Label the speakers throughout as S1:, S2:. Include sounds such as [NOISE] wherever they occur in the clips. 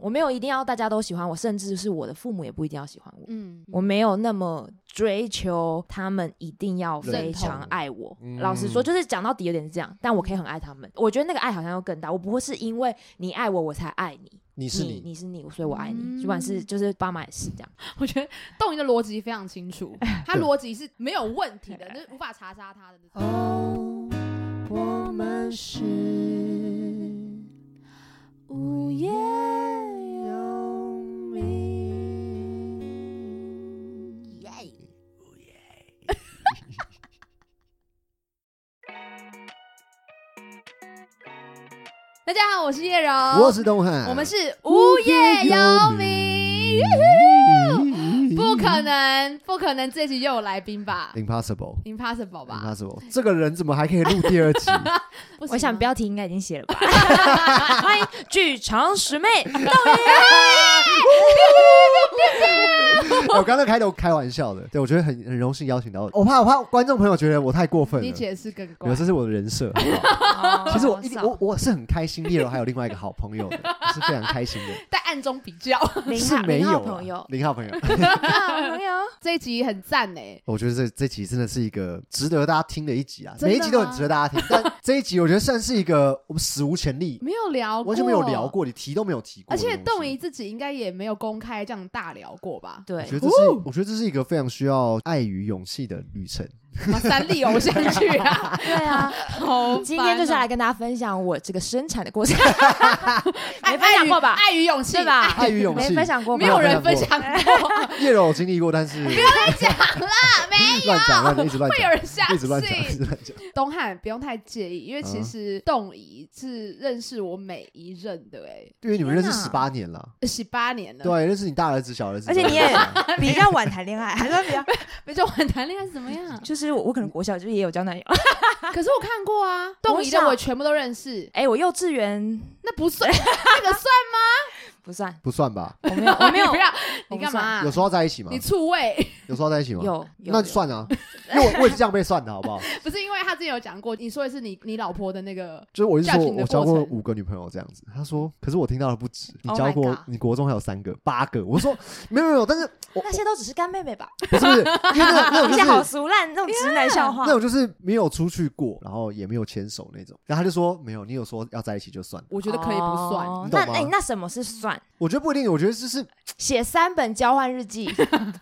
S1: 我没有一定要大家都喜欢我，甚至是我的父母也不一定要喜欢我。
S2: 嗯，
S1: 我没有那么追求他们一定要非常
S2: 认同
S1: 爱我。
S3: 嗯
S1: 老实说，就是讲到底有点是这样，但我可以很爱他们。我觉得那个爱好像又更大，我不会是因为你爱我我才爱你，
S3: 你是
S1: 你
S3: 你，
S1: 是你，所以我爱你。
S2: 嗯
S1: 不管是就是爸妈也是这样，
S2: [LAUGHS] 我觉得动仪的逻辑非常清楚，他逻辑是没有问题的，就是无法查杀他的那种。
S4: 哦，我们是无业游民。
S2: 大家好，我是叶柔，
S3: 我是东汉，
S2: 我们是无业游民，
S3: 嗯
S2: 不可能，不可能，这集又有来宾吧
S3: impossible
S2: ？Impossible 吧？
S3: impossible，这个人怎么还可以录
S2: [LAUGHS]
S3: 第二集？哎
S2: 不行吗
S1: 我想标题应该已经写了吧。欢迎剧场师 [LAUGHS] 妹，
S3: 我刚刚开头开玩笑的，对我觉得很很荣幸邀请到，我怕我怕观众朋友觉得我太过分了
S2: 你，解释更
S3: 没
S2: 怪
S3: 有，。这是我的人设。好不好其实我一定
S1: 哦
S3: 我我是很开心，叶柔还有另外一个好朋友的，我是非常开心
S2: [LAUGHS]
S3: 的。
S2: 在暗中比较，
S1: 零
S3: 是
S1: 号
S3: 没
S1: 零
S3: 有
S1: 号
S3: 啊
S1: 朋
S2: [LAUGHS]
S1: 友，
S3: 零号朋友， [LAUGHS]
S1: 零号朋友，？
S2: 这一集很赞哎，
S3: 我觉得这这集真的是一个值得大家听的一集啊，
S2: 真的
S3: 每一集都很
S2: 吗
S3: 值得大家听，但这一集我觉得算是一个我们史无前例，
S2: 没有哦聊过，
S3: 完全没有聊，过，你提都没有提过
S2: 而
S3: 的东西。
S2: 且动仪自己应该也没有公开这样大聊过吧
S3: 我
S1: 对
S3: 觉得这
S2: 哦
S3: 是，我觉得这是一个非常需要爱与勇气的旅程。 [LAUGHS]
S2: 什么三立偶像剧啊，
S1: 对
S2: [LAUGHS]
S1: 啊，
S2: 好烦哦，
S1: 今天就是来跟大家分享我这个生产的过
S2: [LAUGHS]
S1: 程，
S2: 爱
S1: [LAUGHS] 没分享过吧？
S2: 爱与勇气哎
S1: 对？吧？
S3: 爱与勇气
S1: 没分享过吧
S2: 没？有人分享过，
S1: [LAUGHS]
S3: 叶柔有经历过，但是
S2: 讲
S3: [LAUGHS]
S2: 了没？
S3: 乱讲乱讲，一直乱
S2: 会有
S3: 讲，
S2: 人相
S3: [LAUGHS] 一直乱讲，一
S2: 信？
S3: 直乱讲。
S2: 东汉不用太介意，因为其
S3: 嗯
S2: 实动仪是认识我每一任的哎、
S3: 因为你们认识
S1: 天哪
S3: 十八年了，
S2: 十八年了，，
S3: 对，认识你大儿子、小儿子，
S1: 而且你也？
S3: 对吧
S4: 比较晚谈恋爱，还算比较
S2: [LAUGHS] 没错，我谈恋爱是怎么样
S1: [LAUGHS] 就是我，我可能国小就也有交男友。
S2: 可是我看过
S1: [LAUGHS]
S2: 啊，动仪的
S1: 国小
S2: 我全部都认识，
S1: 哎、我幼稚园
S2: 那
S1: [LAUGHS]
S2: 不算，那个算，
S1: 不算，
S3: [LAUGHS] 不算吧？
S1: 我没
S2: [LAUGHS]
S1: 有，我没有
S2: 你不，要，
S1: 我
S2: 你
S1: 不
S2: 干嘛、
S3: 有说要在一起吗
S2: 啊你？错位，
S3: 有说要在一起吗？，
S1: 有有，
S3: 那
S1: 有
S3: 就算了啊，因为我我也是这样被算的，好不好？
S2: [LAUGHS] 不是因为他之前有讲过，你说的是你你老婆的那个，
S3: 就是我一直说
S2: Judging 的
S3: 我交过
S2: 过程
S3: 五个女朋友这样子，他说，可是我听到的不止，你
S1: Oh
S3: 交
S1: my
S3: 过
S1: God
S3: 你国中还有三个、八个，我说没有没有，但是我
S1: 那些都只是干妹妹吧？
S3: 不是不是，因为那那种
S1: 一
S3: 就
S1: 些
S3: 是
S1: 好俗烂那种直男笑话
S3: 那。种就是没有出去过，然后也没有牵手那种，然后他就说没有，你有说要在一起就算了，
S2: 我觉得可以不算。
S1: 哦
S3: 你懂
S1: 那
S3: 吗
S1: 哎、那什么是算？
S3: 我觉得不一定，我觉得就是
S1: 写三本交换日
S2: [LAUGHS]
S1: 记，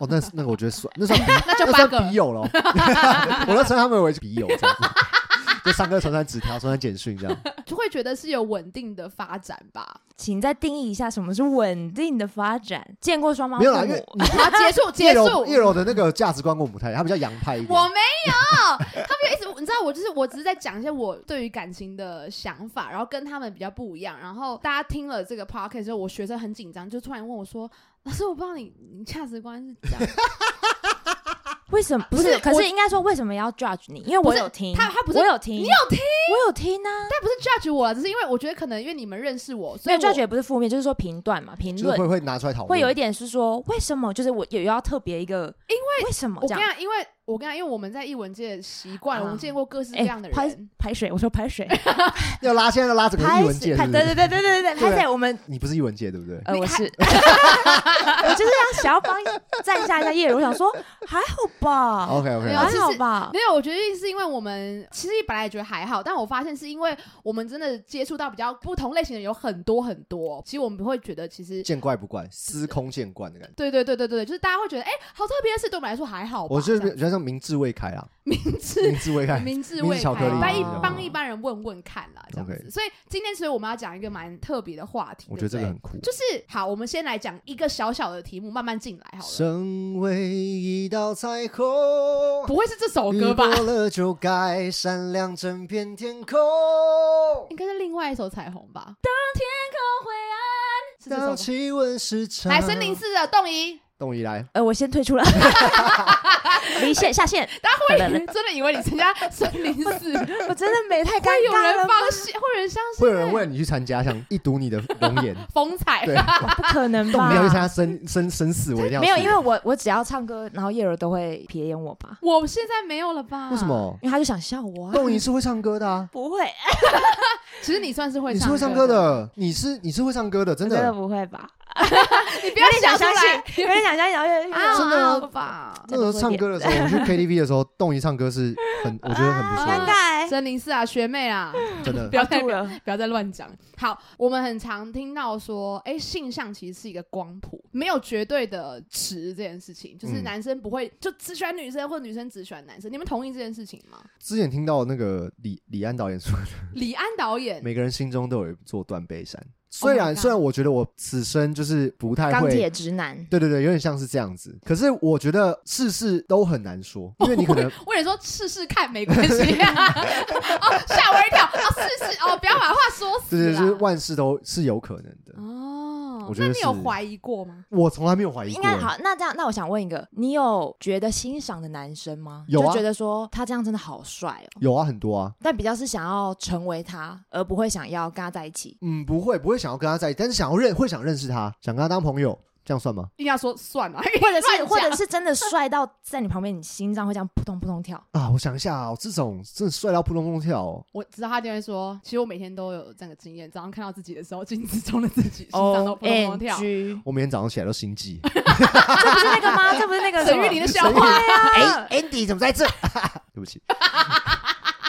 S3: 哦，那那个我觉得算，那算笔
S2: 那就
S3: 那
S2: 八
S3: 算
S2: 个
S3: 笔友了， [LAUGHS] 我都称他们为笔友这样子， [LAUGHS] 就上课传传纸条，传传简讯这样。
S2: 就会觉得是有稳定的发展
S3: [LAUGHS]
S2: 吧。
S1: 请再定义一下什么是稳定的发展。见过双方
S3: 没有啦，
S1: 父
S3: 因
S1: 母
S3: 为
S2: 好，结束，
S3: 叶
S2: 结
S3: 柔叶
S2: 束。
S3: 柔的那个价值观跟我们不太一样，她比较洋派一点。
S2: [LAUGHS] 我没有，他们就一直，你知道，我就是我只是在讲一些我对于感情的想法，然后跟他们比较不一样。然后大家听了这个 podcast 之后，我学生很紧张，就突然问我说：“老师，我不知道你你价值观是讲……
S1: 为什么不
S2: 啊不
S1: 是？
S2: 是
S1: 可
S2: 我
S1: 是应该说为什么要 judge 你？因为
S2: 不
S1: 我
S2: 是
S1: 有听，
S2: 他他不是
S1: 我有
S2: 你
S1: 听，
S2: 有听，
S1: 我有听啊。
S2: 但不是 judge 我啊，只是因为我觉得可能因为你们认识我，所
S1: 没
S2: 以
S1: 有
S2: 我
S1: judge 也不是负面，就是说评断嘛，评
S3: 就是
S1: 论
S3: 会会拿出来讨论，
S1: 会有一点是说为什么？就是我也要特别一个，
S2: 因
S1: 为为什么
S2: 我
S1: 这
S2: 跟
S1: 样
S2: 你？讲，因为我跟你讲，因为我们在艺文界习惯，
S1: 啊
S2: 我们见过各式各
S1: 哎
S2: 样的人。
S1: 拍排水，我说排
S2: [LAUGHS]
S1: 水，
S3: [LAUGHS] 要拉，现在要拉整个
S1: 排
S3: 艺文
S1: 水，
S3: 界，
S1: 排
S3: 对不
S1: 对
S3: 对？
S1: 对对对对对，
S3: 对
S1: 拍水，我们
S3: 你不是艺文界，对不对？
S1: 呃
S2: 你
S1: 我
S2: 还
S1: 是， [LAUGHS] 我就是要想要帮站一下一下叶如，我想说还好吧，
S3: OK
S2: 啊没
S3: OK，
S2: 有
S1: 还
S2: 其实
S1: 好吧
S2: 没，有，我觉得是因为我们其实本来也觉得还好，但我发现是因为我们真的接触到比较不同类型的人有很多很多，其实我们会觉得其实。
S3: 见怪不怪，司空见惯的感觉。
S2: 对对对对对，就是大家会觉得，哎、好特别的事，对我们来说还好吧。
S3: 我是
S2: 这样
S3: 比较像明智
S2: [LAUGHS]
S3: 未开啦，
S2: 明智
S3: 明智未开，
S2: 明智
S3: 明
S2: 未
S3: 治巧克
S2: 开，帮一
S3: 力啊
S1: 这样
S2: 帮一般人问问看啦，这样
S3: OK
S2: 子。所以今天，所以我们要讲一个蛮特别的话题。
S3: 我觉得这
S2: 对
S3: 个
S2: 不对
S3: 很酷。
S2: 就是好，我们先来讲一个小小的题目，慢慢进来
S3: 啊
S2: 好了。
S3: 身为一道彩虹，
S2: 不会是这首
S3: 雨
S2: 歌吧？
S3: 过了就该闪亮整片天空。
S2: 应该是另外一首《彩虹》吧？当天空灰暗，是
S3: 当
S2: 这首吗。
S3: 气温失常，
S2: 来，森林寺的动仪，
S4: [LAUGHS]
S3: 动一来，
S1: 呃我先退出了，离线下线，
S2: 大家会真的以为你参加森林寺，会
S4: 我真的没太尴
S2: 有
S4: 尬
S2: 人
S4: 了吧，
S2: 放心，会有人相信，
S3: 会有人为了你去参加，想一睹你的容颜，
S2: 风采
S3: 对，
S4: 不可能
S3: 动不了去参
S4: 吧？
S3: 加生生生死，我一定要
S1: 没有，
S3: 去
S1: 因为我我只要唱歌，然后叶柔都会瞥眼我吧，
S2: 我现在没有了吧？
S3: 为什？么？
S1: 因为他就想笑我、啊。[LAUGHS]
S3: 动你是会唱歌的啊，
S4: 不会，
S2: 其实你算是会，
S3: 你是会唱歌，的，你是你是会唱歌的，真
S1: 我真的
S3: 的。
S1: 不会吧？
S2: 你不
S4: 有
S2: 要
S4: 点想
S2: 笑
S4: 相
S2: 出来
S4: 信，有
S2: [LAUGHS]
S4: 点想相信，然后又
S1: [LAUGHS]
S2: 啊，
S3: 真的啊
S2: 啊吧？
S3: 那时候唱歌的时候，我去 KTV 的时候，动一唱歌是很，我觉得很不
S2: 啊
S4: 尴
S3: 错，
S4: 尬欸，
S2: 森林寺啊，学妹 [LAUGHS] 啊，
S3: 真的
S2: 不。要再
S1: 吐了，
S2: 不要再乱讲。好，我们很常听到说，哎、性向其实是一个光谱，没有绝对的值这件事情，就是
S3: 嗯
S2: 男生不会就只喜欢女生，或者女生只喜欢男生。你们同意这件事情吗？
S3: 之前听到那个李李安导演说的，
S2: 李安导演，
S3: 每个人心中都有一座断背山。虽然
S2: God
S3: 虽然我觉得我此生就是不太
S1: Oh 钢
S3: 会
S1: 铁直男。
S3: 对对对，有点像是这样子。可是我觉得事事都很
S1: [LAUGHS]
S3: 难说，因为你可能
S2: 我也说试试看没关
S3: [LAUGHS]
S2: 系、哦，吓我一跳，哦，试试，哦，不要把话说
S3: 对
S2: 死
S3: 对，
S2: 啦
S3: 就是万事都是有可能
S1: 嗯
S3: 的。
S2: 哦
S3: 我，觉
S2: 那
S3: 得
S2: 你有
S3: 是
S2: 怀疑过吗？
S3: 我从来没有怀疑
S1: 应
S3: 过
S1: 该
S3: 欸，
S1: 好，那这样，那我想问一个，你有觉得欣赏的男生吗？
S3: 有啊
S1: 就觉得说他这样真的好帅哦，
S3: 有啊，很多啊。
S1: 但比较是想要成为他，而不会想要跟他在一起。
S3: 嗯，不会不会想要跟他在一起，但是想要认会想认识他，想跟他当朋友，这样算吗？
S2: 硬要说算了，
S1: 或者是，
S2: 乱讲
S1: 或者是真的帅到在你旁边，你心脏会这样扑通扑通跳。
S3: 啊，我想一下啊，这种真的帅到扑通扑通跳、哦，
S2: 我知道他就会说，其实我每天都有这样的经验，早上看到自己的时候，镜子中的自己心脏
S3: 哦
S2: 都扑通扑通跳。
S1: 哦 G，
S3: 我每天早上起来都心悸。
S1: 这不是那个吗？这不是那个
S2: [LAUGHS] 沈
S1: 什么
S2: 玉琳的笑
S3: 沈玉
S2: 话，
S3: 哎、a n d y 怎么在这？ [LAUGHS] 对不起，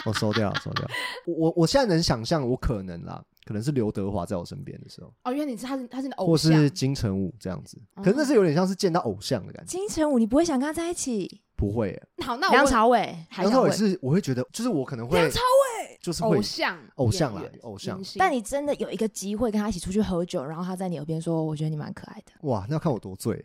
S3: 我收掉了，收掉了。我我现在能想象，我可能啦，可能是刘德华在我身边的时候，
S2: 哦，原来你是他是他是你的
S3: 或
S2: 偶像，
S3: 是金城武这样子，可是那是有点像是见到偶像的感觉。
S1: 金城武，你不会想跟他在一起？
S3: 不会、欸，
S2: 好，那我
S1: 梁
S2: 问
S1: 朝伟，还想
S3: 梁朝伟
S1: 问
S3: 是我会觉得，就是我可能会
S2: 梁朝
S3: 就是会
S2: 偶像
S3: 偶像啦
S2: 演员
S3: 偶像
S2: 明星
S1: 但你真的有一个机会跟他一起出去喝酒，然后他在你耳边说：“我觉得你蛮可爱的。
S3: 哇，那要看我多醉，”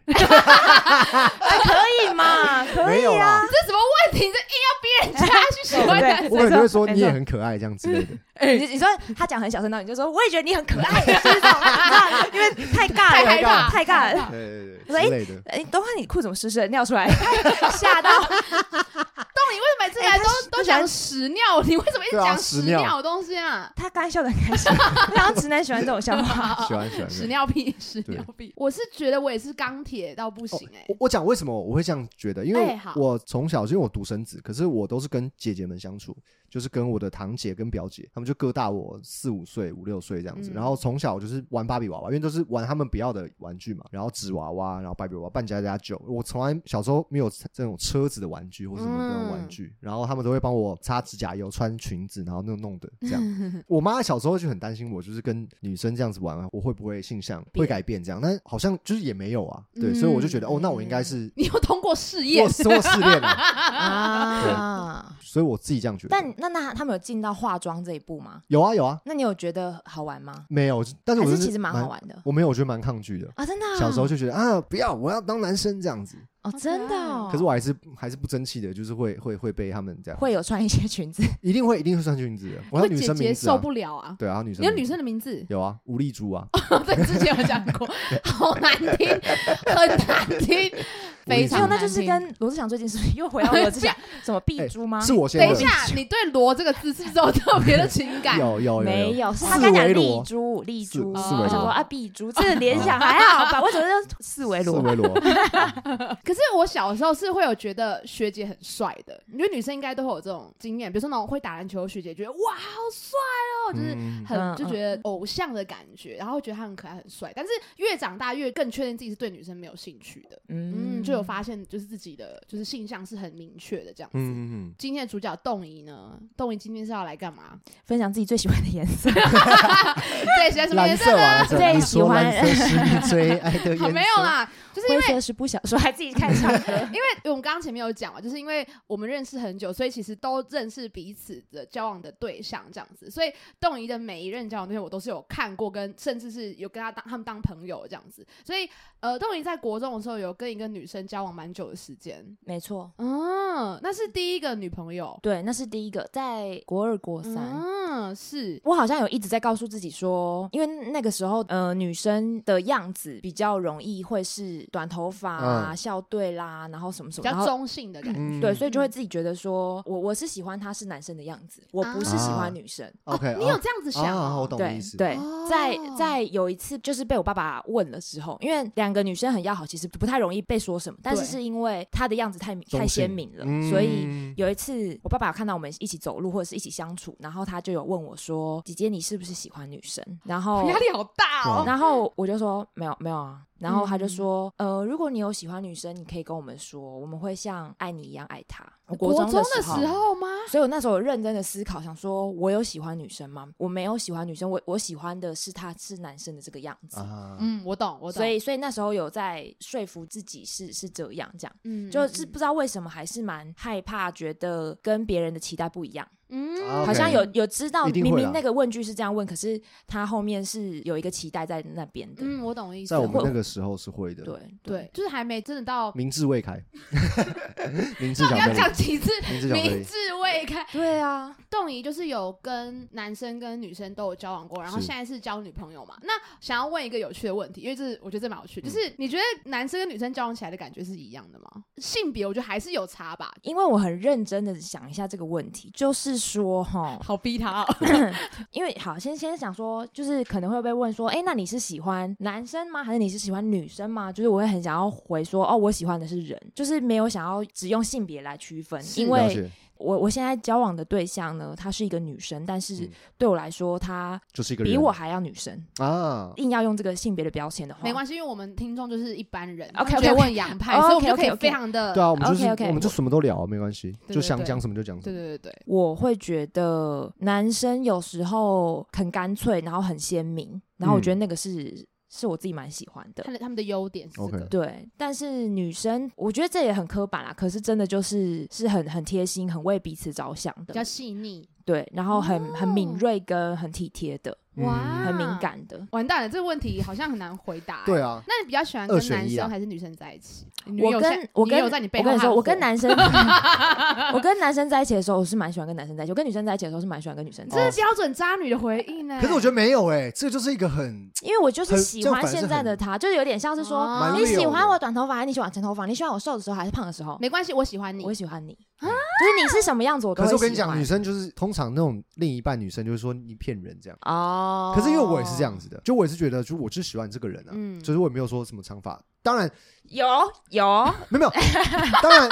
S1: 可以啊嘛？ [LAUGHS] 可
S3: 没有啦，
S2: [LAUGHS] 这什么问题？这硬要逼
S1: [LAUGHS]
S2: 人家去喜欢
S1: 对
S2: 的，
S3: 我可能就会说
S1: 没错
S3: 你也很可爱这样之类的。
S2: 哎
S1: 以。你你说他讲很小声，那你就说：“我也觉得你很可爱。”就是这种，你知道因为太尬
S2: 太
S1: 了，
S2: 害怕，
S1: 太尬了。
S2: 了。
S3: 对对
S1: 我说
S3: 对，之类的。
S1: 哎，等会你裤怎么湿湿的尿出
S2: [LAUGHS]
S1: 来？吓到！
S2: 动你为什么每次来
S1: 哎他
S2: 都
S1: 喜
S2: 都讲屎尿？你为什么一直
S3: 对啊
S2: 讲
S3: 屎
S2: 屎
S3: 尿
S2: 尿的东西啊？
S1: 他刚才笑得很开心， [LAUGHS] 我想直男喜欢这种笑话。
S3: 喜欢喜欢。喜
S2: 屎
S3: 欢
S2: 尿屁，屎
S3: 对哦
S2: 尿屁！我是觉得我也是钢铁到不行哎、
S3: 我我讲为什么我会这样觉得，因
S2: 哎
S3: 为
S2: 好
S3: 我从小就因为我独生子，可是我都是跟姐姐们相处，就是跟我的堂姐跟表姐，她们就各大我四五岁、五六岁这样子。
S2: 嗯
S3: 然后从小就是玩芭比娃娃，因为都是玩他们不要的玩具嘛，然后纸娃娃，然后芭比娃娃、扮家家酒。我从来小时候没有这种车子的玩具或什么这种
S2: 嗯
S3: 玩具，然后他们都会帮我擦指甲油、穿裙子，然后弄弄的这样。我妈小时候就很担心我，就是跟女生这样子玩啊，我会不会性向会改变这样？但好像就是也没有啊，对，
S2: 嗯
S3: 所以我就觉得哦，那我应该是
S2: 你又通过试验
S3: 我，
S2: [LAUGHS]
S3: 我试炼了，
S1: [LAUGHS] 啊！
S3: 所以我自己这样觉得。
S1: 但那那他们有进到化妆这一步吗？
S3: 有啊有啊，
S1: 那你有觉得好玩吗？
S3: 没有，但是
S1: 还
S3: 我就是是
S1: 其实蛮好，玩的
S3: 我没有，我觉得蛮抗拒的。
S1: 啊？真的啊？
S3: 小时候就觉得啊，不要，我要当男生这样子。
S1: 哦，真的哦。
S3: 可是我还是还是不争气的，就是会会会被他们这样，
S1: 会有穿一些裙子，
S3: 一定会一定会穿裙子的。我要
S2: 会
S3: 女
S2: 姐
S3: 生
S2: 姐
S3: 名字
S2: 受
S3: 啊，
S2: 不了啊！
S3: 对啊，女生
S2: 你有
S3: 名
S2: 女
S3: 字，
S2: 生的名字
S3: 有啊，吴丽珠啊，
S2: [LAUGHS] 对，之前有讲过，好难听，很难
S3: [LAUGHS]
S2: 听，非
S1: [LAUGHS] 没有，
S2: 常
S1: 那
S2: 难听。
S1: 就是 [LAUGHS] 跟罗志祥最近是不是又回到罗志祥 [LAUGHS] 什么碧珠吗？
S3: 哎是我先
S2: 等一
S3: 的。
S2: 下，啊你对“罗”这个字是不是有特别的情感？
S3: [LAUGHS] 有有
S1: 没
S3: 有，
S1: 有，是他
S3: 四
S1: 刚讲
S3: 维
S1: 丽
S3: 罗
S1: 珠，丽
S3: 四
S1: 珠。
S3: 四
S2: 哦
S3: 维
S1: 我想说
S3: 罗，
S1: 啊，碧珠这个联想还好吧？我怎么叫 [LAUGHS] 四维
S3: 四
S1: 罗？
S2: [LAUGHS]
S3: 维罗，嗯
S2: 可是我小时候是会有觉得学姐很帅的，因为女生应该都会有这种经验，比如说那种会打篮球的学姐，觉得哇好帅哦，就是
S3: 嗯
S2: 很、
S1: 嗯
S2: 就觉得偶像的感觉，然后觉得他很可爱很帅。但是越长大越更确定自己是对女生没有兴趣的，嗯，就有发现就是自己的就是性向是很明确的这样子。
S3: 嗯嗯
S2: 今天的主角动仪呢？动仪今天是要来干嘛？
S1: 分享自己最喜欢的颜色，
S2: 最喜欢什么
S3: 嗯，蓝
S2: 颜
S3: 色
S2: 色
S3: 啊，
S2: 呢？
S3: 蓝色，
S1: 最
S3: 你
S1: 喜
S3: 说
S1: 欢
S3: 蓝色是你最爱的
S2: [LAUGHS]
S3: 颜
S2: 好，
S3: 色。
S2: 没有啦，就是因
S1: 灰
S2: 为
S1: 色是不小 [LAUGHS] 说，还自己看唱歌。
S2: 因为我们刚刚前面有讲嘛，就是因为我们认识很久，所以其实都认识彼此的交往的对象这样子，所以动仪的每一任交往对象我都是有看过跟，甚至是有跟他当他们当朋友这样子。所以呃，动仪在国中的时候有跟一个女生人交往蛮久的时间。
S1: 没错，
S2: 嗯，那是第一个女朋友。
S1: 对，那是第一个，在国二、国三。
S2: 嗯，是
S1: 我好像有一直在告诉自己说，因为那个时候，呃，女生的样子比较容易会是短头发啊、
S3: 嗯
S1: 校队啦，然后什么什
S2: 比
S1: 么，然
S2: 较
S1: 后
S2: 中性的感觉。
S3: 嗯
S1: 对，所以就会自己觉得说，我我是喜欢她是男生的样子，我不是喜
S3: 啊
S1: 欢女生。
S3: OK，
S2: 哦 [LAUGHS] 你有这样子
S3: 啊
S2: 想
S3: 啊，我
S2: 哦？
S3: 懂你
S1: 对
S3: 意思。
S1: 对，在
S2: 哦
S1: 在有一次就是被我爸爸问的时候，因为两个女生很要好，其实不太容易被说什么，但是
S2: 对
S1: 是因为她的样子太明
S3: 中
S1: 太
S3: 性
S1: 鲜明了，
S3: 嗯
S1: 所以有一次，我爸爸有看到我们一起走路或者是一起相处，然后他就有问我说：“姐姐，你是不是喜欢女生？”然后，
S2: 压力好大
S3: 哇
S2: 哦。嗯
S1: 然后我就说：“没有，没有啊。”然后他就说：“呃，如果你有喜欢女生，你可以跟我们说，我们会像爱你一样爱她。”我国中
S2: 中
S1: 时
S2: 的时候吗？
S1: 所以我那时候有认真的思考，想说我有喜欢女生吗？我没有喜欢女生，我我喜欢的是她是男生的这个样子。
S3: 啊，
S2: 嗯，我懂，我懂。
S1: 所以，所以那时候有在说服自己是是这样，这样
S2: 嗯，嗯，
S1: 就是不知道为什么还是蛮害怕，觉得跟别人的期待不一样。
S2: 嗯，
S3: 啊，OK
S1: 好像有有知道，
S3: 一定
S1: 明
S3: 会
S1: 明
S3: 啦
S1: 那个问句是这样问，可是他后面是有一个期待在那边的。
S2: 嗯，我懂意思。
S3: 在我们
S1: 会
S3: 那个时候是会的，，
S1: 对
S2: 对，，就是还没真的到
S3: 明智未开， [LAUGHS] 明智
S2: 你
S3: 讲
S2: 要
S3: 对
S2: 讲几次
S3: 理，明智讲对
S2: 明
S3: 理，
S2: 智未开。
S1: [LAUGHS] 对啊，
S2: 动仪就是有跟男生跟女生都有交往过，然后
S3: 是
S2: 现在是交女朋友嘛。那想要问一个有趣的问题，因为这是我觉得这蛮有趣，
S3: 嗯
S2: 就是你觉得男生跟女生交往起来的感觉是一样的吗？性别我觉得还是有差吧。
S1: 因为我很认真的想一下这个问题，就是说哈，
S2: 好逼他、哦，
S1: 因为好，先先想说，就是可能会被问说，哎、那你是喜欢男生吗？还是你是喜欢女生吗？就是我会很想要回说，哦，我喜欢的是人，就是没有想要只用性别来区分，
S2: 是
S1: 因
S3: 了
S1: 为
S3: 解，
S1: 我我现在交往的对象呢，她是一个女生，但是
S3: 嗯
S1: 对我来说，她
S3: 就是一个人
S1: 比我呃还要女生，
S3: 啊，
S1: 硬要用这个性别的标签的话，
S2: 没关系，因为我们听众就是一般人
S1: OK，OK，
S2: 他们就会问洋派，
S1: 哦
S2: 所以我们就可以
S1: OK，OK，OK
S2: 非常的
S3: 对啊，我们就是
S1: OK，OK，
S3: 我们就什么都聊，啊没关系，
S2: 对
S3: 就想
S2: 对
S3: 讲什么就讲什
S2: 对
S3: 么，
S2: 对对对，
S1: 我会觉得男生有时候很干脆，然后很鲜明，然后我觉得
S3: 嗯
S1: 那个是、是我自己蛮喜欢的
S2: [LAUGHS] 他。们他们的优点是这
S3: OK
S2: 个。
S1: 对，但是女生，我觉得这也很刻板啦。可是真的就是是很很贴心，很为彼此着想
S2: 比较
S1: 的，
S2: 细腻，
S1: 对，然后很、很敏
S2: 哦
S1: 锐跟很体贴的，
S3: 哇
S1: 很敏。感的。
S2: 完蛋了，这个问题好像很难回答、
S3: 对啊，
S2: 那你比较喜欢
S3: 二
S2: 跟
S3: 选
S2: 男
S3: 一啊
S2: 生还是女生在一起？女
S1: 我
S2: 友
S1: 跟
S2: 在
S1: 我
S2: 女
S1: 跟
S2: 友在你背
S1: 我
S2: 后
S1: 跟你说，
S2: 喊
S1: 我跟
S2: 火
S1: 男生，
S2: [LAUGHS]
S1: 我跟男生在一起的时候，我是蛮喜欢跟男生在一起；我跟女生在一起的时候，是蛮喜欢跟女生在一起，
S2: 这是标准渣女的回应呢、
S3: 哦可是我觉得没有哎，这就是一个很
S1: 因为我就是
S3: 很
S1: 喜
S3: 这样
S1: 欢
S3: 反而是
S1: 现在
S3: 很
S1: 的他，就是有点像是说，
S2: 哦
S3: 蛮
S1: 你
S3: real
S1: 喜欢
S3: 的
S1: 我短头发，还是你喜欢长头发？你喜欢我瘦的时候还是胖的时候？
S2: 没关系，我喜欢你啊
S1: 我。喜欢你，就是你是什么样子，我都
S3: 可
S1: 会
S3: 是
S1: 喜
S3: 我
S1: 欢。
S3: 跟你讲，女生就是通常那种另一半女生就是说你骗人这样。
S1: 哦，
S3: 可是因为我也是这样，子的，就我也是觉得，就我就喜欢这个人啊，
S2: 嗯
S3: 就是我也没有说什么长发，当然
S1: 有有，我
S3: 没有没有，当然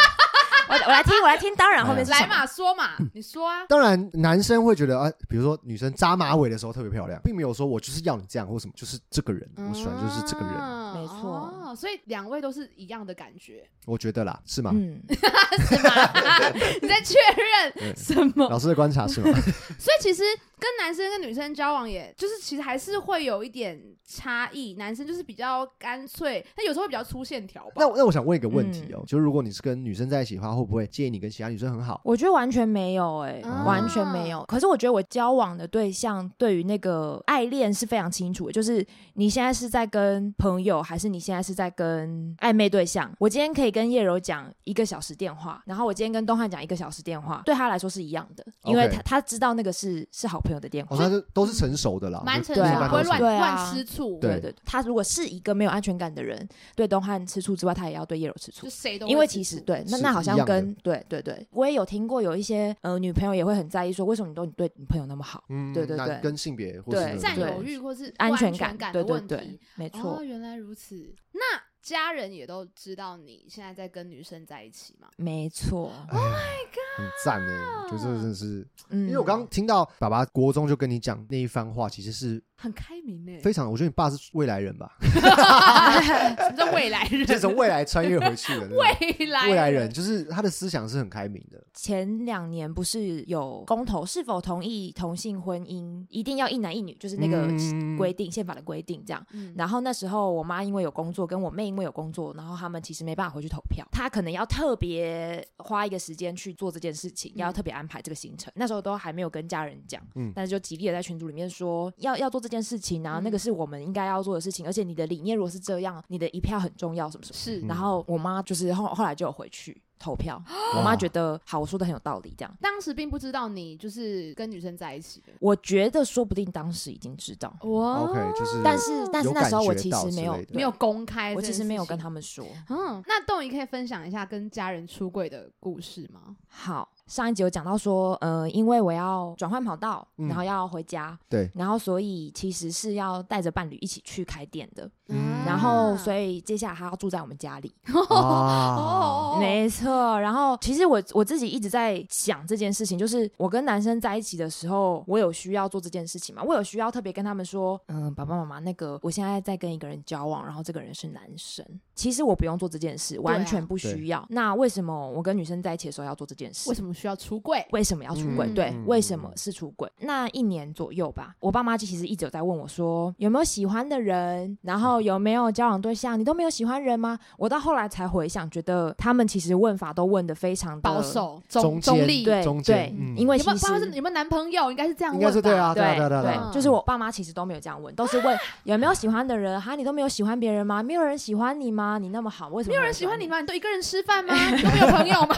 S1: 我来听我来听，当然后面是
S3: 哎
S1: 什
S2: 来
S1: 么，
S2: 嘛，说嘛，
S3: 嗯
S2: 你说啊。
S3: 当然男生会觉得啊，比如说女生扎马尾的时候特别漂亮，并没有说我就是要你这样或什么，就是这个人，我喜欢就是这个人，
S2: 嗯
S1: 没错
S2: 哦所以两位都是一样的感
S3: [LAUGHS]
S2: 觉，
S3: 我觉得啦，是吗？
S1: 嗯，
S2: 是吗？你在确认
S3: 对
S2: 什么？
S3: 老师的观察是
S2: [LAUGHS]
S3: 吗？
S2: 所以其实跟男生跟女生交往也，就是其实还是会有一点差异。男生就是比较干脆，他有时候会比较粗线条吧
S3: 那。我那我想问一个问题
S2: 嗯
S3: 哦，就是如果你是跟女生在一起的话，会不会建议你跟其他女生很
S2: 嗯
S3: 好？
S1: 我觉得完全没有哎、
S3: 啊
S1: 完全没有。可是我觉得我交往的对象对于那个爱恋是非常清楚的，就是你现在是在跟朋友，还是你现在是在跟暧昧对象？我今天可以跟叶柔讲一个小时电话，然后我今天跟东汉讲一个小时电话，对他来说是一样的，因为
S3: OK
S1: 他他知道那个是是好朋友的电话
S3: 哦，。那就都是成熟的啦，
S2: 蛮
S3: 就
S2: 成
S1: 对啊
S2: 熟，不会乱
S1: 对啊
S2: 乱吃醋，
S3: 对
S1: 对对，对他如果是一个没有安全感的人，对东汉吃醋之外，他也要对叶柔吃醋
S2: 就。谁都会
S1: 因为
S2: 吃
S1: 其实
S2: 醋
S1: 对，那
S3: 是
S1: 那好
S3: 一
S1: 像
S3: 样的
S1: 跟对对对，我也有听过有一些呃女朋友也会很在意说，为什么你都你对你朋友那么好？
S3: 嗯
S1: 对对
S3: 那
S1: 对
S3: 跟性别或
S1: 对
S3: 是
S2: 占
S1: 对
S2: 有欲或是不
S1: 安
S2: 全
S1: 全感，
S2: 的
S1: 对对
S2: 问题。
S1: 对，没错，
S2: 哦，原来如此。那家人也都知道你现在在跟女生在一起吗？
S1: 没错。
S2: Oh
S3: 哎很赞哎，就这真的是，
S1: 嗯，
S3: 因为我刚刚听到爸爸国中就跟你讲那一番话，其实是
S2: 很开明欸呢、
S3: 非常，我觉得你爸是未来人吧， [LAUGHS]
S2: [LAUGHS] 什么叫未来人？
S3: 就是从未来穿越回去的那种。
S2: 未来
S3: 未来人就是他的思想是很开明的，
S1: 前两年不是有公投是否同意同性婚姻，一定要一男一女，就是那个
S3: 嗯
S1: 规定，宪法的规定这样。
S2: 嗯
S1: 然后那时候我妈因为有工作，跟我妹因因为有工作，然后他们其实没办法回去投票，他可能要特别花一个时间去做这件事情，
S2: 嗯
S1: 要特别安排这个行程。那时候都还没有跟家人讲，
S3: 嗯
S1: 但是就极力的在群组里面说要要做这件事情啊，那
S3: 嗯
S1: 个是我们应该要做的事情，而且你的理念如果是这样，你的一票很重要，什么什么。
S3: 嗯
S2: 是。
S1: 然后我妈就是后后来就有回去投票，
S3: [GASPS]
S1: 我妈觉得好，我说的很有道理，这样。
S2: 当时并不知道你就是跟女生在一起的，
S1: 我觉得说不定当时已经知道，
S2: 哇
S3: OK，就是
S1: 但是但是
S3: 有
S1: 那时候
S3: 感
S1: 我
S3: 觉
S1: 其
S3: 到
S1: 实
S3: 之
S1: 没有
S3: 类的
S2: 没有公开，
S1: 我其实没有跟。他们说。
S2: 嗯，那豆你可以分享一下跟家人出柜的故事吗？
S1: 好，上一集有讲到说，呃，因为我要转换跑道，
S3: 嗯
S1: 然后要回家，
S3: 对，
S1: 然后所以其实是要带着伴侣一起去开店的，
S2: 啊
S3: 嗯
S1: 然后所
S2: 以
S1: 以接下来他要住在我们家里，
S3: 哦，
S2: 哦，
S1: 没错。然后其实我我自己一直在想这件事情，就是我跟男生在一起的时候，我有需要做这件事情吗？我有需要特别跟他们说，嗯，爸爸妈妈，那个我现在在跟一个人交往，然后这个人是男生，其实我不用做这件事，
S3: 啊
S1: 完全不需要。那为什么我跟女生在一起的时候要做这件事
S2: 为？什么需要出柜？
S1: 为什么要出轨？
S2: 嗯
S1: 对，
S3: 嗯
S1: 为什么是出轨？那一年左右吧，我爸妈其实一直有在问我说，有没有喜欢的人，然后有没有交往对象，你都没有喜欢人吗？我到后来才回想，觉得他们其实问法都问的非常的
S2: 保，守、中
S3: 中间
S2: 中立，
S1: 对
S3: 中间
S1: 对，
S3: 嗯
S1: 因为
S2: 有
S1: 其
S2: 没有
S1: 实
S2: 爸。妈是有没有男朋友？应该是这样
S3: 应
S2: 问
S3: 该
S2: 吧？
S3: 是对啊，对
S1: 对
S3: 啊，对啊，对啊
S1: 对，，就是我爸妈其实都没有这样问，都是问有没有喜欢的人，哈，你都没有喜欢别人吗？没有人喜欢你吗？你那么好，为什么
S2: 没有人
S1: 人
S2: 喜欢你吗？你都一个人吃饭吗？你都没有朋友吗？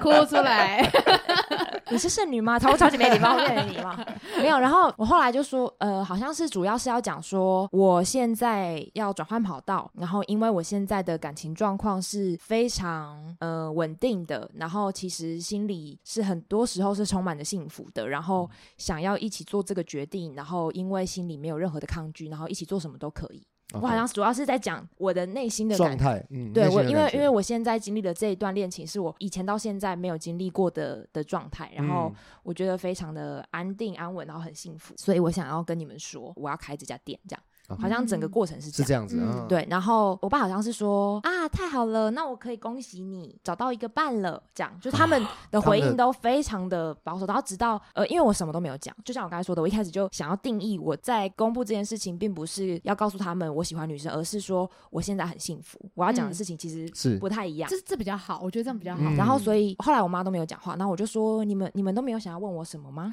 S2: 哭出来，
S1: 你是剩女吗？超超级没礼貌，变成礼貌。没有，然后我后来就说，呃，好像是主要是要讲说，我现在要转换跑道，然后因为我现在的感情状况是非常呃稳定的，然后其实心里是很多时候是充满着幸福的，然后想要一起做这个决定，然后因为心里没有任何的抗拒，然后一起做什么都可以。我好像主要是在讲我的内心的感
S3: 状态，嗯，
S1: 对
S3: 内心
S1: 我，
S3: 的
S1: 因
S3: 感
S1: 为
S3: 觉
S1: 因为我现在经历的这一段恋情，是我以前到现在没有经历过的的状态，
S3: 嗯
S1: 然后我觉得非常的安定安稳，然后很幸福，所以我想要跟你们说，我要开这家店，这样
S3: 嗯
S1: 好像整个过程是
S3: 是
S1: 这
S3: 这
S1: 样。
S3: 样子，
S2: 嗯
S3: 嗯，
S1: 对，然后我爸好像是说啊，太好了，那我可以恭喜你找到一个伴了，这样，就是他们的
S3: 啊他
S1: 回
S3: 们的
S1: 应都非常的保守，然后直到呃，因为我什么都没有讲，就像我刚才说的，我一开始就想要定义我在公布这件事情，并不是要告诉他们我喜欢女生，而是说我现在很幸福，我要讲的
S2: 嗯
S1: 事情其实
S3: 是
S1: 不太一样。
S2: 这这比较好，我觉得这样比较好。
S3: 嗯
S1: 然后，所以后来我妈都没有讲话，然后我就说：“你们你们都没有想要问我什么
S3: [LAUGHS]
S1: 吗？”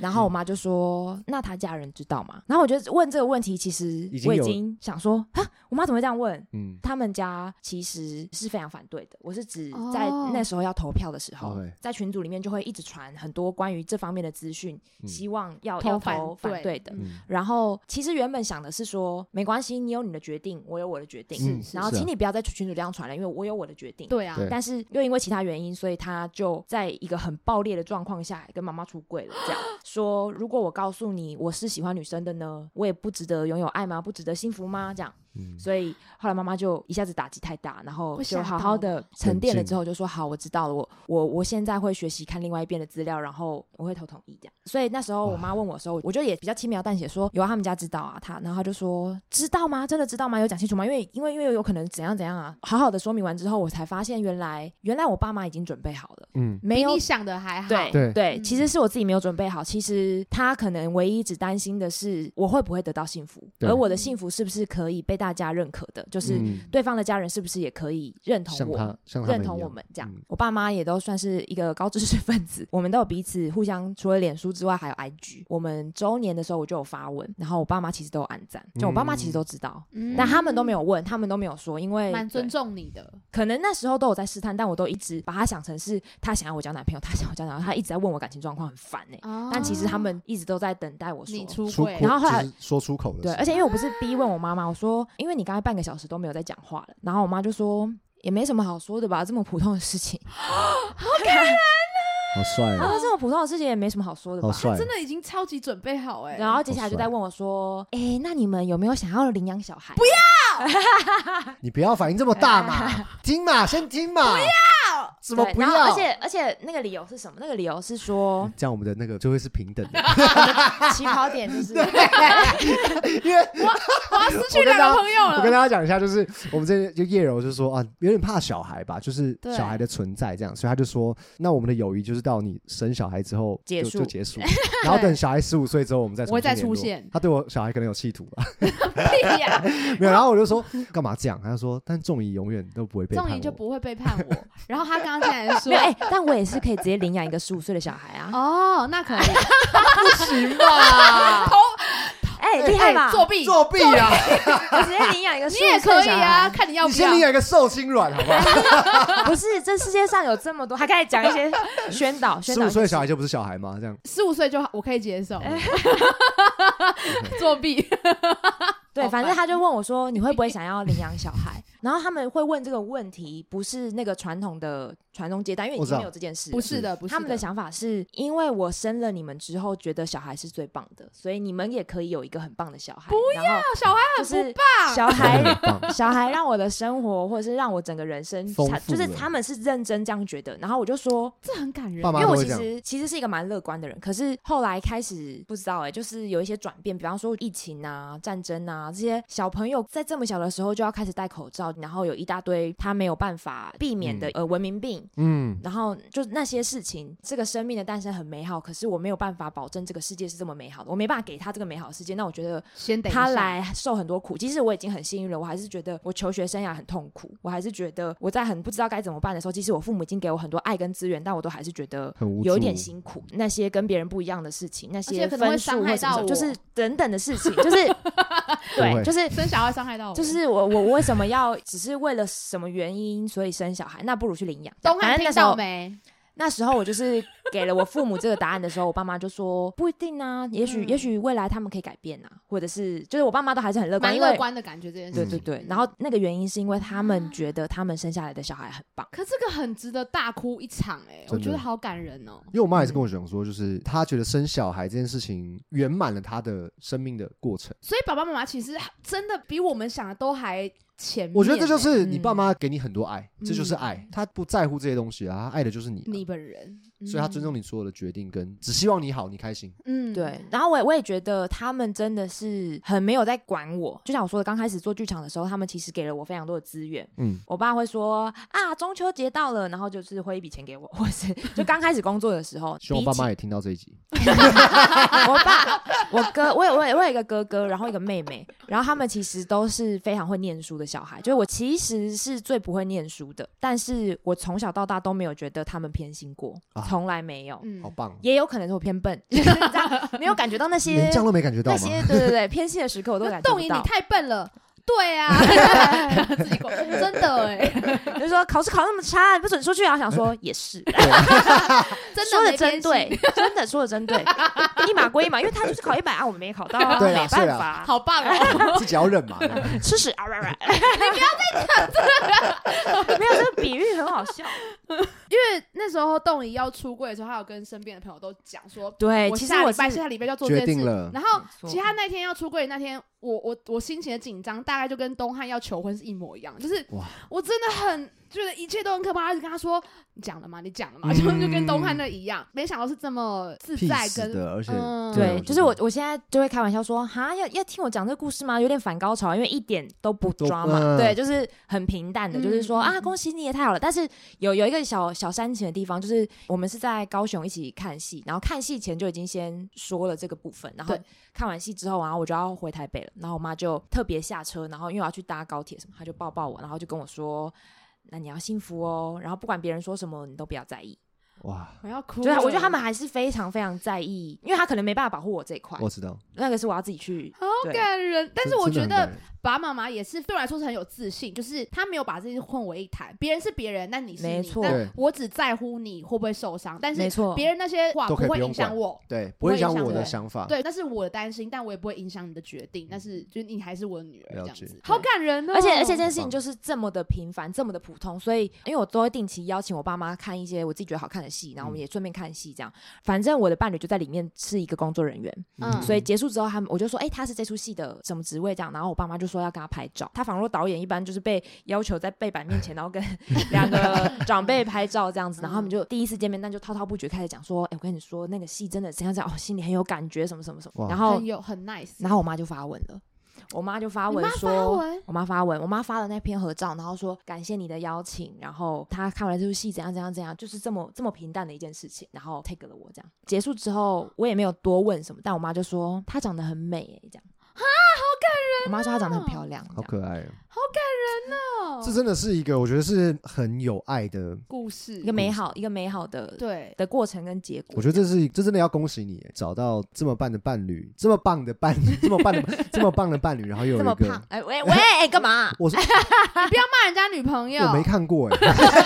S1: 然后我妈就说：“那她家人知道吗？”然后我觉得问这个问题，其实
S3: 已经
S1: 我已
S3: 有
S1: 经想说：“啊，我妈怎么会这样问？”
S3: 嗯，
S1: 他们家其实是非常反对的。我是指在
S2: 哦
S1: 那时候要投票的时候，
S3: OK
S1: 在群组里面就会一直传很多关于这方面的资讯，
S3: 嗯
S1: 希望要
S2: 投
S1: 要
S2: 反
S1: 投
S2: 对
S1: 反对的。
S3: 嗯
S1: 然后其实原本想的是说，没关系，你有你的决定，我有我的决定
S3: 嗯，是
S1: 然后
S3: 是啊
S1: 请你不要在群组这样传了，因为我有我的决定。
S2: 对啊，
S3: 对
S1: 但是又因为其他原因，所以他就在一个很爆裂的状况下跟妈妈出柜了，这样说：如果我告诉你我是喜欢女生的呢，我也不值得拥有爱吗？不值得幸福吗？这样，
S3: 嗯
S1: 所以后来妈妈就一下子打击太大，然后
S2: 会吓
S1: 就
S2: 到
S1: 好好的沉淀了
S3: 冷静
S1: 之后，就说好，我知道了，我我我现在会学习看另外一边的资料，然后我会投同意这样。所以那时候我妈问我的时候，我就也比较轻描淡写说有啊，他们家知道啊，他，然后他就说知道吗？真的知道吗？有讲清楚吗？因为因为因为有可能怎样怎样啊，好好的说明完之后，我才发现原来原来我爸妈已经准备好了，
S3: 嗯，
S1: 没
S2: 比
S1: 有
S2: 你想的还好。
S1: 对
S3: 对
S2: 嗯
S1: 其实是我自己没有准备好。其实他可能唯一只担心的是我会不会得到幸福，
S3: 对
S1: 而我的幸福是不是可以被大家认可的，就是
S3: 嗯
S1: 对方的家人是不是也可以认同
S3: 像
S1: 我。
S3: 他像他
S1: 认
S3: 一
S1: 同我
S3: 样
S1: 们这样
S3: 嗯，
S1: 我爸妈也都算是一个高知识分子，我们都有彼此互相，除了脸书之外，还有 IG。我们周年的时候我就有发文，然后我爸妈其实都有暗赞，就我爸妈其实都知道，
S2: 嗯
S1: 但他们都没有问，他们都没有说，因为
S2: 蛮尊
S1: 对
S2: 重你的。
S1: 可能那时候都有在试探，但我都一直把他想成是他想要我交男朋友，他想要我交男朋友，他一直在问我感情状况，很烦哎、但其实他们一直都在等待我说
S2: 你。出
S3: 出
S2: 柜
S3: 口，
S1: 然后后来
S3: 哦就是说出口的时
S1: 对，
S3: 候，
S1: 而且因为我不是逼问我妈妈，我说因为你刚才半个小时都没有在讲话了，然后我妈就说也没什么好说的吧，这么普通的事情，
S3: 好帅
S1: 她
S3: 哦，
S1: 说这么普通的事情也没什么好说的吧
S3: 好。帅哦，
S2: 真的已经超级准备好哎。
S1: 然后接下来就在问我说，哎、那你们有没有想要领养小孩？不
S3: 你不要反应这么大嘛，听嘛，先听嘛，不要，什么
S1: 对
S3: 不
S1: 然后
S3: 要？
S1: 而且而且那个理由是什么？那个理由是
S3: [LAUGHS]
S1: 说
S3: 这样我们的那个就会是平等的。
S1: 起跑点
S3: [LAUGHS]
S1: 就是
S2: 我要失去两个朋友
S3: 我
S2: 了。
S3: 跟大家讲一下，就是我们这就叶柔就说啊，有点怕小孩吧，就是
S2: 对
S3: 小孩的存在这样，所以他就说，那我们的友谊就是到你生小孩之后
S1: 结
S3: 就
S1: 束
S3: 就
S2: [LAUGHS]
S3: 结束，然后等小孩十五岁之后，我们再
S2: 我会
S3: 重新
S2: 再
S3: 联
S2: 出
S3: 络
S2: 现
S3: 他对我小孩可能有企图吧，
S2: 屁呀！
S3: 没有。然后我就说干嘛这样？他就说，但仲怡永远都不会背叛
S2: 仲怡就
S3: 我。
S2: 不会背叛我。然后他刚刚竟然说
S1: 没有哎、但我也是可以直接领养一个十五岁的小孩：“啊，
S2: 哦，那可以，不行 [LAUGHS] 吧？投
S1: 哎、 [LAUGHS] 厉害吧？
S2: 作弊，
S3: 作弊啊！
S1: 我直接领养一个
S2: 你
S1: 15
S2: 也
S1: 岁的
S2: 可以
S1: 小
S2: 啊，
S1: 孩，
S2: 看你要
S3: 你
S2: 不
S3: 先领
S2: 要。
S3: 养一个受精卵，好不好？
S1: 啊不是这世界上有这么多，还开始讲一 [LAUGHS] 些宣导宣
S3: 十
S1: 导
S3: 五
S1: 一些
S3: 岁的小
S1: 事
S3: 孩就不是小孩吗？
S2: [LAUGHS]
S3: 这样
S2: 十五岁就好，我可以接受。
S1: 哎
S2: [LAUGHS] 作弊，
S1: 对，
S2: 好
S1: 反正
S2: 烦
S1: 他就问我说：“你会不会想要领养小孩？”然后他们会问这个问题，不是那个传统的传宗接代，因为已
S3: 我知
S1: 经
S3: 道
S1: 没有这件事了。
S2: 不是的，不是
S1: 他们的想法是因为我生了你们之后，觉得小孩是最棒的，所以你们也可以有一个很棒的小孩。不要
S2: 小孩
S1: 就
S2: 很不
S1: 是
S2: 棒，
S1: 小
S3: 很
S1: 孩，
S3: 棒。
S1: 小孩让我的生活或者是让我整个人生
S3: 丰，
S1: 他
S3: 富
S1: 就是
S3: 了
S1: 他们是认真这样觉得。然后我就说，
S2: 这很感人。
S3: 爸妈
S1: 因为
S3: 都
S1: 我
S3: 会
S1: 其
S3: 这样。
S1: 实其实是一个蛮乐观的人，可是后来开始不知道哎、就是有一些转变，比方说疫情啊、战争啊这些，小朋友在这么小的时候就要开始戴口罩，然后有一大堆他没有办法避免的、
S3: 嗯
S1: 呃文明病，
S3: 嗯，
S1: 然后就那些事情，这个生命的诞生很美好，可是我没有办法保证这个世界是这么美好的，我没办法给他这个美好的世界，那我觉得
S2: 先等一下
S1: 他，来受很多苦，即使我已经很幸运了，我还是觉得我求学生涯很痛苦，我还是觉得我在很不知道该怎么办的时候，即使我父母已经给我很多爱跟资源，但我都还是觉得
S3: 很无
S1: 有一点
S3: 助
S1: 辛苦。那些跟别人不一样的事情，那
S2: 且
S1: 些
S2: 可能会
S1: 分
S2: 伤
S1: 数
S2: 害
S1: 或什么
S2: 到
S1: 的，就
S2: 我
S1: 是等等的事情，就是
S2: [LAUGHS]
S1: 对，
S3: 会
S1: 就是。
S2: 生小孩伤害到我。
S1: 就是我，我为什么要只是为了什么原因，所以生小孩？那不如去领养。
S2: 东
S1: 反
S2: 汉
S1: 正那
S2: 听
S1: 时候
S2: 到没？
S1: 那时候我就是给了我父母这个答案的时候，我爸妈就说不一定啊，也许、
S2: 嗯
S1: 也许未来他们可以改变啊，或者是就是我爸妈都还是很乐观，
S2: 蛮
S1: 呃因
S2: 乐
S1: 为
S2: 观的啊感觉，这件事
S1: 对
S2: 情。
S1: 对对
S2: 嗯，
S1: 然后那个原因是因为他们觉得他们生下来的小孩很棒，
S2: 可这个很值得大哭一场哎、
S3: 真的
S2: 我觉得好感人哦、
S3: 因为我妈也是跟我讲说，就是她觉得生小孩这件事情圆满了她的生命的过程。
S2: 所以爸爸妈妈其实真的比我们想的都还前面欸、
S3: 我觉得这就是
S1: 嗯
S3: 你爸妈给你很多爱，
S2: 嗯
S3: 这就是爱，他不在乎这些东西啊，他爱的就是你啊，
S2: 你本人，
S3: 所以他尊重
S2: 你。
S3: 你所有的决定，跟只希望你好，你开心。
S2: 嗯
S1: 对。然后我也我也觉得他们真的是很没有在管我，就像我说的，刚开始做剧场的时候，他们其实给了我非常多的资源。
S3: 嗯，
S1: 我爸会说啊，中秋节到了，然后就是汇一笔钱给我， [LAUGHS] 或是就刚开始工作的时候，
S3: 希望
S1: 比
S3: 我爸
S1: 起啊
S3: 妈也听到这一集。
S1: 我爸、我哥，我有我有我有一个哥哥，然后一个妹妹，然后他们其实都是非常会念书的小孩。就是我其实是最不会念书的，但是我从小到大都没有觉得他们偏心过
S3: 啊，
S1: 从来没有。
S2: 嗯
S3: 好棒，啊
S1: 也有可能是我偏笨， [LAUGHS] 就是你知道没有感觉到那
S3: 连
S1: 些
S3: 这样都没感觉
S1: 那
S3: 到吗？
S1: 些对对对偏心的时刻，我都
S2: 那
S1: 感觉
S2: 冻
S1: 不
S2: 莹你
S1: 到。
S2: 太笨了。
S1: [LAUGHS]
S2: 对啊， [LAUGHS] 自己过真的哎、
S1: 就是说考试考那么差，你不准出去啊！想说
S3: 哎
S1: 也是，
S2: [LAUGHS] 真的
S1: 说的
S2: 没
S1: 真
S2: 边
S1: 对
S2: 心，，
S1: 真的说的真对，一码归一码，因为他就是考一百啊，我们没考到啊，
S3: 对啊
S1: 没
S3: 是
S1: 办
S3: 啊
S1: 法啊，
S2: 好棒
S1: [LAUGHS]
S2: 哦！[LAUGHS]
S3: [LAUGHS] 自己要认嘛。
S1: 吃屎啊！不不不没有这个比喻很好笑。
S2: 因为那时候冻莹要出柜的时候，她有跟身边的朋友都讲说，
S1: 对，
S2: 我
S1: 哎其实
S2: 下
S1: 我
S2: 礼拜
S1: 是嗯
S2: 下礼拜就要做这件
S3: 决定
S2: 事
S3: 了
S2: 然后
S1: 没错
S2: 其实他那天要出柜那天，我我我心情的紧张，大概就跟东汉要求婚是一模一样，就是
S3: 哇
S2: 我真的很觉得一切都很可怕，一直跟他说你讲了吗？你讲了吗？
S3: 嗯
S2: 就就跟东汉那一样，没想到是这么自在
S3: Peace
S2: 跟
S3: 的，而且
S2: 嗯
S1: 对，就是我
S3: 觉得
S1: 我现在就会开玩笑说，哈，要要听我讲这个故事吗？有点反高潮，因为一点都不
S3: 都
S1: 抓嘛，
S3: 嗯
S1: 对，就是很平淡的，
S2: 嗯
S1: 就是说
S2: 嗯
S1: 啊，
S2: 嗯
S1: 恭喜你也太好了。但是有有一个小小煽情的地方，就是我们是在高雄一起看戏，然后看戏前就已经先说了这个部分，然后
S2: 对
S1: 看完戏之后，然后我就要回台北了，然后我妈就特别下车，然后因为我要去搭高铁什么，她就抱抱我，然后就跟我说。那你要幸福哦，然后不管别人说什么，你都不要在意。
S3: 哇，
S2: 我要哭了。
S1: 对啊，我觉得他们还是非常非常在意，因为他可能没办法保护我这一块。
S3: 我知道，
S1: 那个是我要自己去。
S2: 好
S1: 对
S2: 感人，但是我觉
S3: 真的
S2: 得
S3: 很感人
S2: 爸爸妈妈也是对我来说是很有自信，就是他没有把这些混为一谈。别人是别人，那你是你，
S1: 没错
S2: 那
S3: 对
S2: 我只在乎你会不会受伤，但
S1: 没
S2: 是
S1: 错，
S2: 别人那些话
S3: 都可以
S2: 会
S3: 不用
S2: 影响
S3: 管啊
S2: 我。
S3: 对，
S2: 不
S3: 不
S2: 会
S3: 会影响
S2: 影响
S3: 我的
S2: 我
S3: 想法。
S2: 对，那是我的担心，但我也不会影响你的决定。但是，就是你还是我的女儿这
S3: 了
S2: 样
S3: 解
S2: 子，好感人哦！
S1: 而且而且这
S3: 这
S1: 件事情就是这么的平凡，这么的普通，所以因为我都会定期邀请我爸妈看一些我自己觉得好看的戏，然
S2: 嗯
S1: 后我们也顺便看戏这样。反正我的伴侣就在里面是一个工作人员，
S2: 嗯
S1: 所以结束之后他们我就说，哎、他是这出戏的什么职位这样，然后我爸妈就说要跟他拍照。他仿若导演一般，就是被要求在背板面
S2: [LAUGHS]
S1: 前，然后跟两个长辈拍照这样子。然
S2: 嗯
S1: 后他们就第一次见面，但就滔滔不绝开始讲说：“哎、我跟你说，那个戏真的怎样怎样，哦，心里很有感觉，什么什么什么。”
S3: 哇
S1: 然后
S2: 很，有很 nice。
S1: 然后我妈就发文了，我妈就发
S2: 你
S1: 文
S2: 妈
S1: 说：“
S2: 发文，
S1: 我妈发文，我妈发了那篇合照，然后说感谢你的邀请，然后她看完这部戏怎样怎样怎样，就是这么这么平淡的一件事情，然后 take 了我这样。结束之后，我也没有多问什么，但我妈就说她长得很美、欸，这样啊，好感人、我妈说她长得很漂亮，这
S3: 好
S1: 样
S3: 可爱哦、
S2: 好感人哦，
S3: 这真的是一个我觉得是很有爱的，
S2: 故事
S1: 一个美好一个美好的
S2: 对，
S1: 的过程跟结果。
S3: 我觉得这是这真的要恭喜你找到这么棒的伴侣，这么棒的伴侣， [LAUGHS] 这么棒的这么棒的伴侣，然后又有
S1: 这
S3: 一
S1: 么胖
S3: 个，
S1: 哎、喂喂，哎干、嘛？
S3: 我说
S2: 你不要骂人家女朋友
S3: 我，没看过哎、，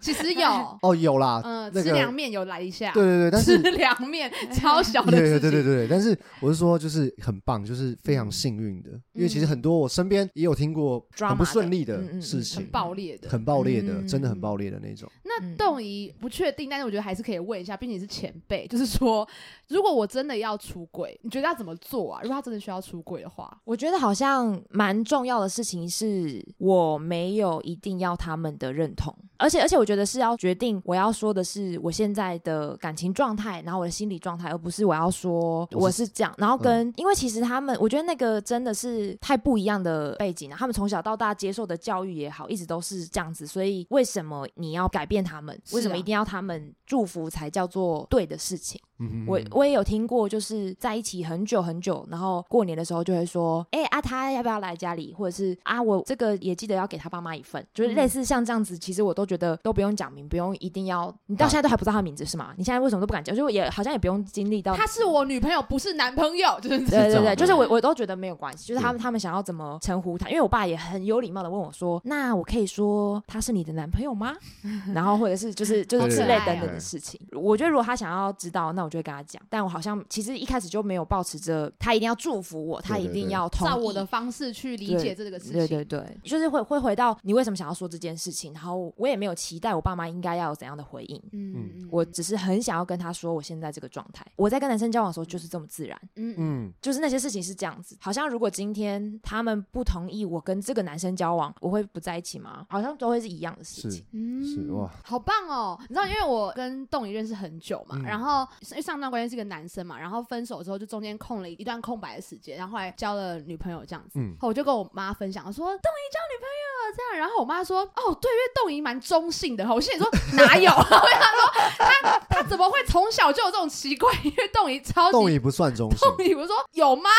S2: 其实有
S3: [LAUGHS] 哦有啦，
S2: 嗯，
S3: 那
S2: 吃
S3: 个
S2: 凉面有来一下，
S3: 对对对，但
S2: 吃
S3: 是
S2: 凉面超小的
S3: [LAUGHS] 对
S2: 事
S3: 对对对
S2: 情，
S3: 对，但是我是说，就是很棒，就是非常幸运的，因为其实很多我身边也有听过
S1: 嗯 Drama
S3: 很不顺利
S1: 的嗯嗯
S3: 的
S1: 嗯
S3: 事情，
S2: 很爆裂的。
S3: 很爆裂的，
S1: 嗯
S3: 真的很爆裂的那种。
S2: 那
S1: 嗯
S2: 动仪不确定，但是我觉得还是可以问一下，毕竟你是前辈， [LAUGHS] 就是说，如果我真的要出轨，你觉得要怎么做啊？如果他真的需要出轨的话，
S1: 我觉得好像蛮重要的事情是，我没有一定要他们的认同，而且而且我觉得是要决定我要说的是我现在的感情状态，然后我的心理状态，而不是我要说我是这样，然后跟、因为其实他们，我觉得那个真的是太不一样的背景了，他们从小到大接受的教育也好，一直都是这样子，所以为什么你要改变他们？
S2: 是啊
S1: 为什么一定要他们祝福才叫做对的事情？
S3: 嗯
S1: 我我也有听过，就是在一起很久很久，然后过年的时候就会说，哎、啊，他要不要来家里，或者是啊，我这个也记得要给他爸妈一份，就是
S3: 嗯
S1: 类似像这样子。其实我都觉得都不用讲明，不用一定要，你到现在都还不知道他的名字是吗？你现在为什么都不敢讲？就也好像也不用经历到。
S2: 他是我女朋友，不是男朋友，就是
S3: 这
S1: 对对
S3: 样嗯
S1: 对，
S3: 的
S1: 就是我我都觉得没有关系，就是他们
S3: 对
S1: 他们想要怎么称呼他，因为我爸也很有礼貌的问我说，那我可以说他是你的男朋友吗？
S2: [LAUGHS]
S1: 然后或者是就是就
S3: 好
S1: 是
S3: 可
S1: 之类
S2: 爱
S1: 等
S3: 哦
S1: 等的事情。我觉得如果他想要知道，那我就会跟他讲。但我好像其实一开始就没有抱持着他一定要祝福我，他
S3: 对
S1: 一
S3: 对
S1: 定
S3: 对
S1: 要同意
S2: 照我的方式去理解这个事情。
S1: 对对对，就是会会回到你为什么想要说这件事情，然后我也没有期待我爸妈应该要有怎样的回应。
S2: 嗯，嗯
S1: 我只是很想要跟他说，我现在这个状态，我在跟男生交往的时候就是这么自然，
S2: 嗯嗯
S3: 嗯，
S1: 就是那些事情是这样子。好像如果今天他们不同意我跟这个男生交往，我会不在一起吗？好像都会是一样的事
S3: 是
S1: 情。
S2: 嗯
S3: 是哇，
S2: 好棒哦！你知道，因为我跟栋仪认识很久嘛，
S3: 嗯
S2: 然后因为上段关系是个男生嘛，然后分手之后就中间空了一段空白的时间，然后后来交了女朋友这样子，
S3: 嗯
S2: 然后我就跟我妈分享我说栋仪哦交女朋友了这样，然后我妈说哦对，因为栋仪蛮中性的，我心里说哪有？我 [LAUGHS] 想说他他怎么会从小就有这种奇怪？因为栋仪
S3: [LAUGHS]
S2: 超
S3: 动
S2: 级。
S3: 也不算中性，
S2: 栋仪我说有吗？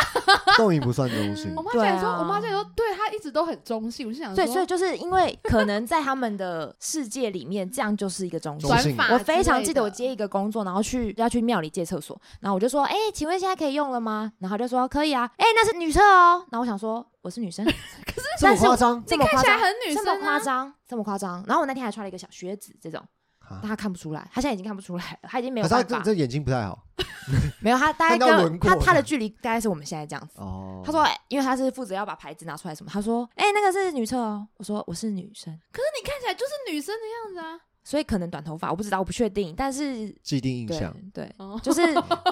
S3: 动也不算中性
S2: 我。妈竟
S1: 对啊
S2: 然说，我妈竟然说，对他一直都很中性。我就想说，
S1: 对，所以就是因为可能在他们的世界里面，这样就是一个中心
S3: 中。性
S2: 短发，
S1: 我非常记得我接一个工作，然后去要去庙里借厕所，然后我就说：“哎、请问现在可以用了吗？”然后他就说：“可以啊。哎，那是女厕哦。然后我想说我是女生，
S3: 这么
S1: [LAUGHS] 但是我
S3: 夸张？
S1: 这么
S2: 看
S1: 夸
S2: 起来
S1: 张，
S2: 很女
S1: 这
S2: 生、
S1: 么夸
S2: 啊，
S1: 张，这么夸张。然后我那天还穿了一个小靴子，这种，
S3: 啊
S1: 但他看不出来，他现在已经看不出来了，他已经没
S3: 可
S1: 有
S3: 是他
S1: 办
S3: 这
S1: 法，
S3: 这眼睛不太好
S1: 没有他大概
S3: 看到轮
S1: 跟
S3: 廓
S1: 他
S3: 这
S1: 他的
S3: 样
S1: 距离大概是我们现在这样子。
S3: 哦。
S1: 他说，哎因为他是负责要把牌子拿出来什么，他说：“哎、那个是女厕哦。”我说：“我是女生，
S2: 可是你看起来就是女生的样子啊。
S1: 所以可能短头发，我不知道，我不确定，但是
S3: 既定印
S1: 对
S3: 象，
S1: 对。”
S2: 哦
S1: 就是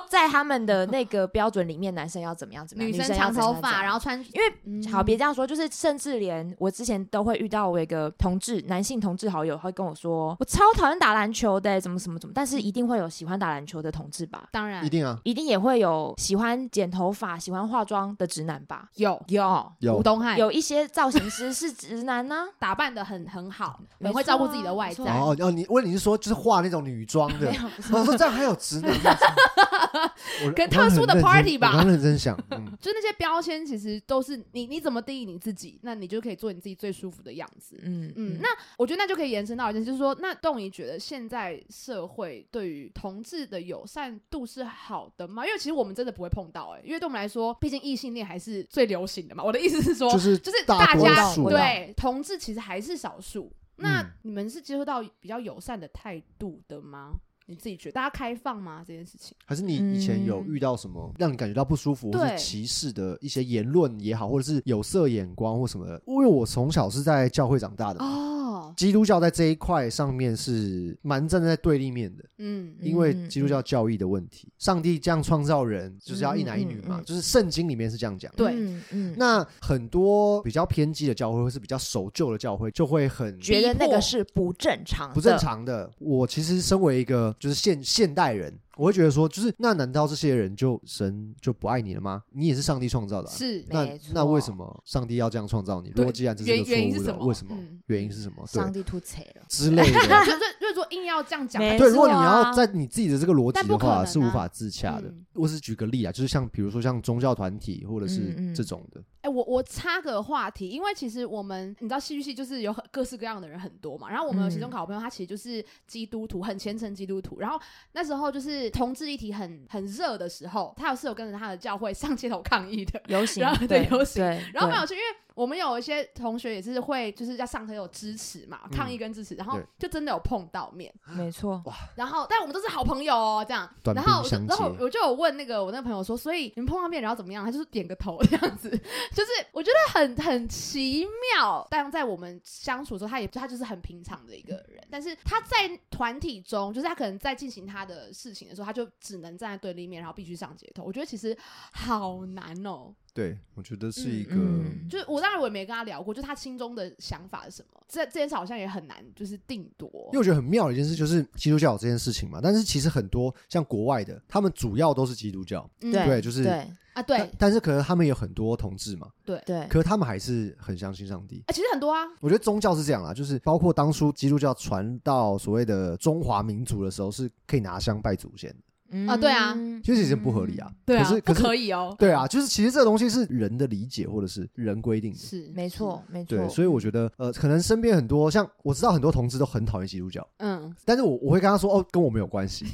S1: 在他们的那个标准里面，男生要怎么
S2: [LAUGHS]
S1: 样怎么样，
S2: 女
S1: 女
S2: 生
S1: 要
S2: 长
S1: 怎么
S2: 头
S1: 样怎么
S2: 发，
S1: 样
S2: 然后穿，嗯
S1: 因为
S2: 为
S1: 好，别这样说，就是甚至连我之前都会遇到我有一个同志男性同志好友，会跟我说我超讨厌打篮球的、哎怎么怎么怎么，但是一定会有喜欢打篮球的同志吧，
S2: 当然
S3: 一定啊，
S1: 一定也会有喜欢剪头发、喜欢化妆的直男吧，
S2: 有
S1: 有
S3: 有
S2: 吴东汉
S1: 有一些造型师是直男呢、
S2: 打扮的很很好，
S1: 没
S2: 很会
S1: 错
S2: 照顾
S1: 啊
S2: 自己的外
S1: 没
S2: 在
S1: 错。啊
S3: 哦哦，你问你是说就是画那种女装的？我说这样还有直男？
S2: [LAUGHS]
S3: 我
S2: 跟特殊的 party 吧
S3: 我刚认真想，
S2: [LAUGHS]
S3: 嗯，
S2: 就是那些标签，其实都是你你怎么定义你自己，那你就可以做你自己最舒服的样子。
S1: 嗯
S2: 嗯，那我觉得那就可以延伸到一件事，就是说，那动仪觉得现在社会对于同志的友善度是好的吗？因为其实我们真的不会碰到、欸，因为对我们来说，毕竟异性恋还是最流行的嘛。我的意思是说，
S3: 就是
S2: 就是
S3: 大
S2: 大
S3: 多
S2: 家
S3: 数啦
S2: 对同志其实还是少数。那
S3: 嗯
S2: 你们是接受到比较友善的态度的吗？你自己觉得大家开放吗？这件事情
S3: 还是你以前有遇到什么让你感觉到不舒服或
S2: 嗯对
S3: 是歧视的一些言论也好，或者是有色眼光或什么的？因为我从小是在教会长大的嘛，
S2: 哦，
S3: 基督教在这一块上面是蛮站在对立面的，
S2: 嗯
S3: 因为基督教教义的问题，上帝这样创造人就是要一男一女嘛，
S1: 嗯嗯嗯
S3: 就是圣经里面是这样讲的。
S2: 对
S1: 嗯嗯，
S3: 那很多比较偏激的教会，或是比较守旧的教会，就会很
S1: 觉得那
S2: 逼迫
S1: 个是不正常的，
S3: 不正常的。我其实身为一个就是现现代人，我会觉得说，就是那难道这些人就神就不爱你了吗？你也是上帝创造的、啊，
S2: 是
S3: 那
S1: 没错
S3: 那为什么上帝要这样创造你？
S2: 对
S3: 如果既然这是
S2: 原
S3: 个错
S2: 原因
S3: 误
S2: 是
S3: 的
S2: 什，么
S3: 为什么
S2: 嗯？
S3: 原因是什么？对
S1: 上帝吐槽了，
S3: 之类
S2: 就
S3: 的。
S2: [LAUGHS] 就就是说硬要这样讲，
S1: 没
S3: 对，如果你
S1: 错
S3: 要
S1: 啊
S3: 在你自己的这个逻
S2: 但
S3: 辑
S2: 不
S3: 的
S2: 可
S3: 话，
S2: 能
S3: 是无
S2: 啊
S3: 法自洽的
S2: 嗯。
S3: 我只是举个例啊，就是像比如说像宗教团体或者是
S1: 嗯嗯
S3: 这种的，
S2: 哎、我我插个话题，因为其实我们你知道戏剧系就是有很各式各样的人很多嘛，然后我们
S1: 嗯
S2: 有其中好朋友，他其实就是基督徒，很虔诚基督徒。然后那时候就是同志议题很很热的时候，他有是有跟着他的教会上街头抗议的。
S1: 游行
S2: 然后对
S1: 对
S2: 游行
S1: 对，
S2: 然后
S1: 对
S2: 蛮有趣，因为我们有一些同学也是会就是在上课有支持嘛，抗议跟支持，然后
S3: 嗯对
S2: 就真的有碰到面。
S1: 没错，
S2: 然后，但我们都是好朋友哦，这样。
S3: 短
S2: 然后
S3: 兵
S2: 我就，
S3: 相
S2: 然后
S3: 接。
S2: 我就有问那个我那个朋友说，所以你们碰到面然后怎么样？他就是点个头这样子， [LAUGHS] 就是我觉得很很奇妙。但在我们相处的时候，他也他就是很平常的一个人，但是他在团体中，就是他可能在进行他的事情的时候，他就只能站在对立面，然后必须上街头。我觉得其实好难哦。
S3: 对，我觉得是
S2: 嗯
S3: 一个
S1: 嗯，
S2: 就是我当然我也没跟他聊过，就是他心中的想法是什么，这这件事好像也很难就是定夺。
S3: 因为我觉得很妙的一件事就是基督教有这件事情嘛，但是其实很多像国外的，他们主要都是基督教，
S2: 嗯
S3: 对就是
S1: 对
S2: 啊，
S3: 但
S2: 对
S3: 但是可能他们也有很多同志嘛，
S1: 对，
S3: 可是他们还是很相信上帝。
S2: 啊，其实很多啊，
S3: 我觉得宗教是这样啦，就是包括当初基督教传到所谓的中华民族的时候，是可以拿香拜祖先的，
S2: 啊对啊
S1: 嗯
S3: 其实已经不合理啊。
S2: 对啊，
S3: 可是
S2: 不
S3: 是
S2: 可以哦，
S3: 对啊，就是其实这个东西是人的理解或者是人规定的。
S2: 是
S1: 没错，没错，
S3: 对，所以我觉得，呃，可能身边很多像我知道很多同志都很讨厌基督教，
S2: 嗯，
S3: 但是我我会跟他说，哦，跟我没有关
S1: [LAUGHS]
S3: 系。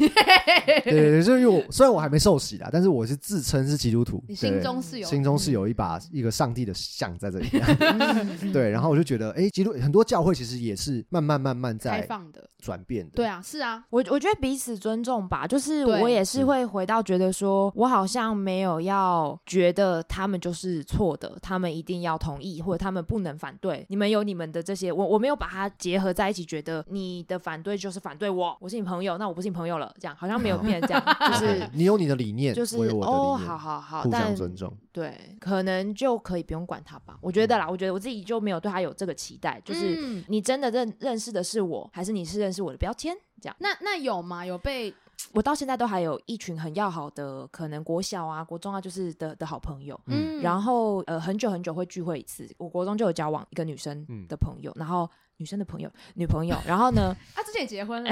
S3: 对对对，就是因为我虽然我还没受洗啦，但是我是自称是基督徒，
S2: 你
S3: 对
S2: 心中是有
S3: 心中是有一把一个
S1: [LAUGHS]
S3: 上帝的 [LAUGHS] 像在这里。
S1: 嗯
S3: 对，然后我就觉得，哎，基督很多教会其实也是慢慢慢慢
S2: 开
S3: 在
S2: 放的，
S3: 转变的。
S2: 对啊，是啊，
S1: 我我觉得彼此尊重吧，就是
S2: 对
S1: 我也
S3: 是
S1: 是会回到觉得说，我好像没有要觉得他们就是错的，他们一定要同意或者他们不能反对，你们有你们的这些，我我没有把它结合在一起，觉得你的反对就是反对我，我是你朋友，那我不是你朋友了，这样好像没有变成
S2: [LAUGHS]
S1: 这样，就
S3: 对
S1: 是
S3: 你有你的理念，
S1: 啊就是
S3: 我有我的理
S1: 哦，
S3: 念，
S1: 好好好，
S3: 互相
S1: 但
S3: 尊重。
S1: 对，可能就可以不用管他吧，我觉得啦，我觉得我自己就没有对他有这个期待，就是。
S2: 嗯
S1: 你真的认认识的是我，还是你是认识我的标签？这样。
S2: 那那有吗？有被
S1: 我到现在都还有一群很要好的，可能国小啊、国中啊，就是的的好朋友。
S3: 嗯
S2: 嗯，
S1: 然后呃，很久很久会聚会一次。我国中就有交往一个女生
S3: 嗯
S1: 的朋友，然后女生的朋友、女朋友，然后 [LAUGHS] 呢，
S2: 啊，之前也结婚了，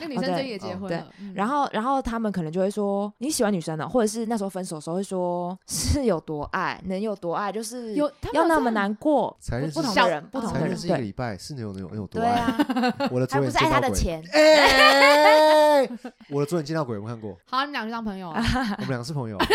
S2: 那女生
S1: 哦
S2: 最
S1: 对
S2: 近也结婚了，嗯
S1: 然后然后他们可能就会说你喜欢女生呢、哦或者是那时候分手的时候会说是有多爱，能有多爱，就是
S2: 有他们
S1: 要
S2: 有
S1: 那
S2: 这
S1: 么
S2: 样
S1: 难过，
S3: 才
S1: 不
S3: 认识
S1: 不同
S2: 小
S1: 的人，不同的
S3: 才认
S1: 人，
S3: 识一个
S1: 对
S3: 礼拜，是能有能有能有多
S1: 哦对
S3: 爱？
S1: 啊，
S3: 我
S1: 还
S3: 的左
S1: 不
S3: 眼
S1: 是
S3: 见
S1: 爱他
S3: 到
S1: 的
S3: 鬼，
S1: 钱，
S3: 哎， [LAUGHS] 我的左眼见到鬼，有没有看过？
S2: 好，你们俩就当
S1: [LAUGHS]
S2: 朋友啊，
S3: 我们两个是朋友。 [LAUGHS]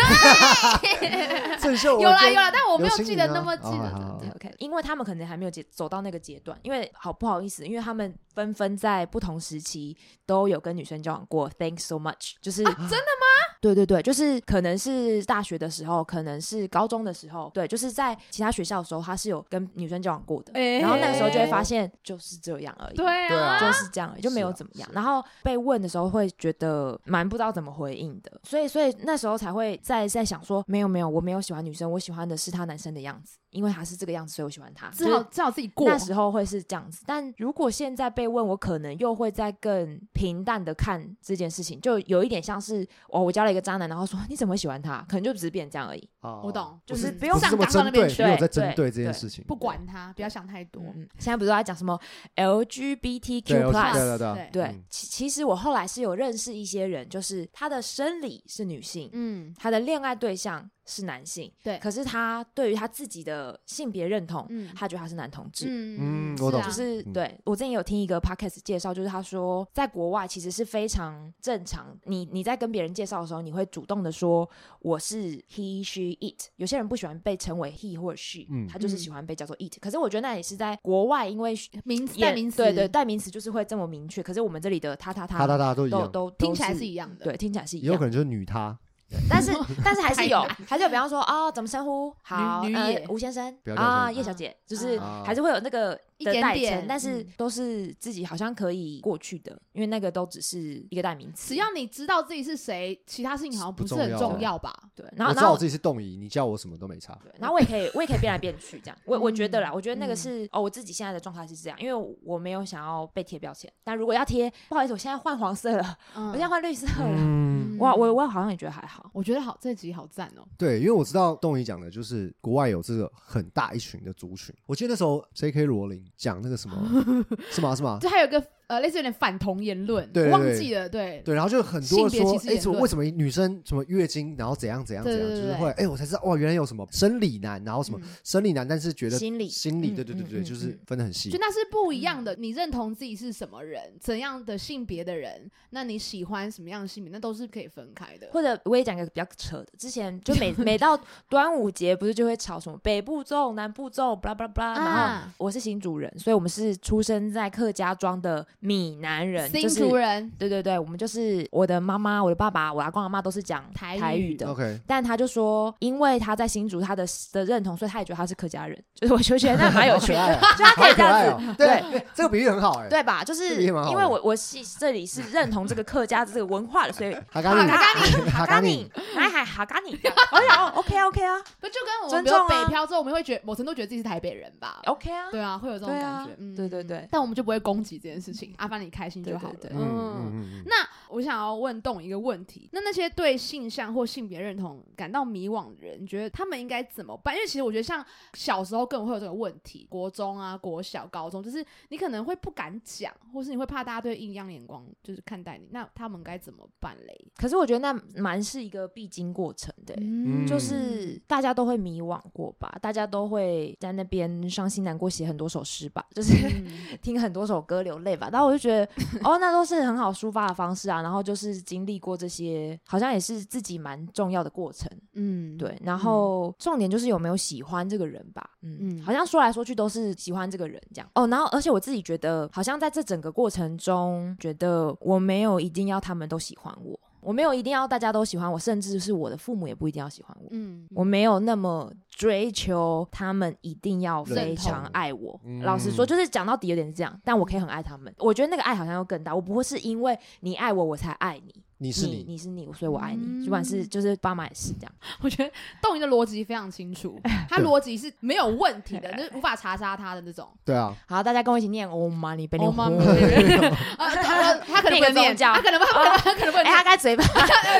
S3: 郑秀文
S2: 有啦
S3: 跟
S2: 有啦，但我没有
S3: 刘星
S2: 记得
S3: 宇呢
S2: 那
S1: 啊
S2: 么记
S3: 哦好
S2: 得
S3: 好好
S1: 对，OK，因为他们可能还没有解走到那个阶段，因为好不好意思，因为他们纷纷在不同时期都有跟女生交往过。Thanks so much，就是、
S2: 啊真的吗？
S1: [LAUGHS] 对对对，就是可能是大学的时候，可能是高中的时候，对，就是在其他学校的时候，他是有跟女生交往过的，
S2: 哎
S1: 然后那个时候就会发现就是这样而已。
S2: 对
S3: 对啊
S2: 啊，
S1: 就是这样而已，就没有
S3: 是啊
S1: 怎么样。
S3: 是啊
S1: 然后被问的时候会觉得蛮不知道怎么回应的，所以所以那时候才会在在想说，没有没有，我没有喜欢女生，我喜欢的是他男生的样子，因为他是这个样子，所以我喜欢他。
S2: 只好只好自己过
S1: 那，时候会是这样子，但如果现在被问，我可能又会再更平淡的看这件事情，就有一点像是哦，我交了一个渣男，然后说 [LAUGHS] 你怎么会喜欢他？可能就只是变成这样而已。
S3: 哦
S2: 我懂，
S3: 不
S2: 就是
S1: 是不
S3: 不
S1: 用
S3: 是
S2: 上
S3: 这么
S2: 纲到
S3: 针
S2: 那
S3: 对，
S2: 边
S1: 去
S3: 没有在针
S1: 对
S3: 对这件
S1: 对
S3: 事情，
S2: 不管他，不要想太多，
S1: 嗯，现在不是都在讲什么
S3: 对
S1: LGBTQ
S3: 我对
S1: plus？
S3: 对对
S2: 对
S1: 对
S3: 嗯，
S1: 其其实我后来是有认识一些人，就是他的生理是女性，
S2: 嗯
S1: 他的恋爱对象是男性，
S2: 对
S1: 可是他对于他自己的性别认同，
S2: 嗯
S1: 他觉得他是男同志，
S2: 嗯
S3: 嗯我懂
S2: 啊
S1: 就是
S3: 嗯
S1: 对我之前有听一个 podcast 介绍，就是他说在国外其实是非常正常，你你在跟别人介绍的时候，你会主动的说我是 he she it，有些人不喜欢被称为 he 或 she，、
S3: 嗯
S1: 他就是
S2: 嗯
S1: 喜欢被叫做 it，可是我觉得那也是在国外，因为
S2: 名词
S1: 也
S2: 代名词，
S1: 对对，代名词就是会这么明确，可是我们这里的他他他
S3: 他他他都一
S1: 都
S3: 样，
S1: 都
S2: 听起来是
S1: 是
S2: 一样的，
S1: 对，听起来是一
S3: 也有
S1: 样
S3: 可，能就是女他，
S1: 但 [LAUGHS] 是但是还是有
S2: 太，
S1: 还是有，比方说哦，怎么称呼？好，
S2: 女女
S1: 呃
S2: 也
S1: 吴先生
S3: 不要叫先
S1: 啊，
S3: 生
S1: 叶小姐，就是
S2: 啊
S1: 还是会有那个
S2: 一
S1: 的
S2: 点
S1: 代
S2: 点
S1: 称，但是
S2: 嗯
S1: 都是自己好像可以过去的，因为那个都只是一个代名词
S2: 只。要你知道自己是谁，其他事情好像
S3: 不
S2: 不是
S3: 重
S2: 很
S3: 要
S2: 重要吧？
S1: 对，然
S3: 我
S1: 后
S3: 知
S1: 然
S3: 道我
S1: 后
S3: 自己是动仪，你叫我什么都没差。
S1: 对然后我也可以，我也可以变来变去这样。我我觉得啦，
S2: 嗯
S1: 我觉得那个是、哦，我自己现在的状态是这样，因为我没有想要被贴标签。但如果要贴，不好意思，我现在换黄色了，
S2: 嗯
S1: 我现在换绿色了。
S3: 嗯，
S2: 嗯
S1: 我我我好像也觉得还好。
S2: 我觉得好，这集好赞哦。
S3: 对，因为我知道动仪讲的就是国外有这个很大一群的族群。我记得那时候 J.K. 罗琳讲那个什么，是吗？是吗？
S2: 就还有一个呃，类似有点反同言论，
S3: 对对
S2: 我忘
S3: 对
S2: 记了，对
S3: 对，然后就有很
S2: 性
S3: 多
S2: 别
S3: 说
S2: 歧，视
S3: 哎，
S2: 言
S3: 怎么
S2: 论
S3: 为什么女生什么月经，然后怎样怎样怎
S2: 对
S3: 样，就
S2: 对
S3: 是
S2: 对
S3: 会，哎，我才知道哇，原来有什么生理男，然后什么
S2: 嗯
S3: 生理男，但是觉得
S1: 心理
S3: 心理，
S1: 嗯
S3: 对对对
S1: 嗯
S3: 对，
S1: 嗯
S3: 就是
S1: 嗯
S3: 分得很细
S2: 就。那是不一样的。你认同自己是什么人，怎样的性别的人，那你喜欢什么样的性别，那都是可以分开的。
S1: 或者我也讲个比较扯的，之前就每每到端午节，不是就会吵什么北部粽、南部粽，巴拉巴拉巴拉。然后
S2: 啊，
S1: 我是新竹人，所以我们是出生在客家庄的闽南人，
S2: 新
S1: 就是
S2: 族人，
S1: 对对对，我们就是我的妈妈、我的爸爸、我阿公阿妈都是讲
S2: 台语
S1: 语的。
S3: OK，
S1: 但他就说，因为他在新竹，他的的认同，所以他也觉得他是客家人。就是我就觉得那蛮有
S3: [LAUGHS]
S1: 趣的，就他可以这
S3: 啊可爱
S1: 样子，
S3: 哦，对，对这个比喻很好哎。
S1: 对吧？就
S3: 这
S1: 是
S3: 个也蛮好
S1: 因为
S3: 的
S1: 我我是这里是认同这个客家这个文化的，所以
S3: 哈嘎尼，
S1: 哈
S3: 尼， [LAUGHS] 哈
S1: 哈
S3: 嘎
S1: 嘎
S3: 尼
S1: 你，，来还哈嘎 [LAUGHS] 你，我就想哦，OK 啊 OK 啊
S2: 不就跟我们
S1: 尊
S2: 比如
S1: 重啊
S2: 北漂之后，我们会觉得某程度觉得自己是台北人吧？
S1: OK 啊，
S2: 对啊，会有这种
S1: 对
S2: 感
S1: 啊
S2: 觉。嗯，
S1: 对对。对，
S2: 但我们就不会攻击这件事情，阿啊凡你开心就好了。
S1: 对对
S3: 嗯
S1: 对
S3: 嗯嗯嗯，
S2: 那我想要问动一个问题：那那些对性向或性别认同感到迷惘的人，你觉得他们应该怎么办？因为其实我觉得，像小时候更会有这个问题，国中啊、国小、高中，就是你可能会不敢讲，或是你会怕大家对异样眼光就是看待你。那他们该怎么办嘞？
S1: 可是我觉得那蛮是一个必经过程的欸、
S3: 嗯
S1: 就是大家都会迷惘过吧，大家都会在那边伤心难过，写很多首诗吧，就是、 [LAUGHS]
S2: 嗯
S1: 听很多首歌流泪吧。然后我就觉 [LAUGHS] 得，哦，那都是很好抒发的方式啊。然后就是经历过这些，好像也是自己蛮重要的过程，
S2: 嗯，
S1: 对。然后重点就是有没有喜欢这个人吧，嗯，
S2: 嗯
S1: 好像说来说去都是喜欢这个人这样。哦，然后而且我自己觉得，好像在这整个过程中，觉得我没有一定要他们都喜欢我，我没有一定要大家都喜欢我，甚至是我的父母也不一定要喜欢我。
S2: 嗯，
S1: 我没有那么追求他们一定要非常爱我
S3: 认同。
S1: 老实说，
S3: 嗯
S1: 就是讲到底有点这样，但我可以
S2: 嗯
S1: 很爱他们。我觉得那个爱好像又更大，我不会是因为你爱我我才爱你，
S3: 你是
S1: 你
S3: 你，
S1: 你是你，所以我爱
S2: 嗯
S1: 你。不管是就是爸妈也是这样，
S2: 我觉得动一的逻辑非常清楚，
S1: 哎
S2: 他逻辑是没有问题的，就是无法查杀他的那种。
S3: 对啊，
S1: 好，大家跟我一起念哦妈你被你
S2: Oh,
S1: 妈
S2: mommy, baby.
S1: [LAUGHS]
S2: 啊他他可能不会
S1: 变
S2: 念，
S1: 个宗教
S2: 他可能不会，他可能不会
S1: 哎，
S2: 念，
S1: 他该嘴巴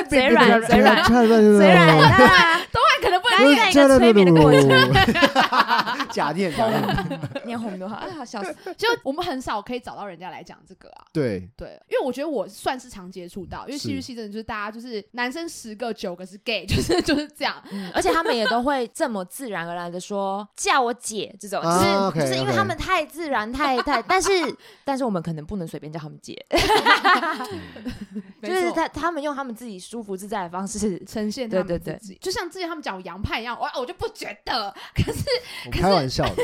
S1: 嘴软嘴软
S3: 嘴
S1: 嘴软，啊，
S2: 他可能
S1: [LAUGHS]
S2: 不会
S1: 刚在一个催眠的过程，
S3: 程，假念假念，
S1: 念红
S2: [LAUGHS]
S1: 的话，
S2: 哎
S1: 啊好笑死。
S2: 就我们很少可以找到人家来讲这个啊。
S3: 对，
S2: 对，因为我觉得我算是常接触到，因为
S3: 是
S2: 戏剧系真的就是大家就是男生十个九个是 gay，就是就是这样。
S1: 嗯而且他们也都会这么自然而然的说叫我姐这种，就
S3: 啊
S1: 是、
S3: OK，
S1: 就是因为
S3: OK
S1: 他们太自然太太，但是但是我们可能不能随便叫他们姐，就
S2: 没
S1: 是
S2: 错
S1: 他他们用他们自己舒服自在的方式。
S2: 呈现他们
S1: 对对
S2: 自己，就像之前他们讲我洋派一样，我我就不觉得，可是
S3: 我开玩笑的，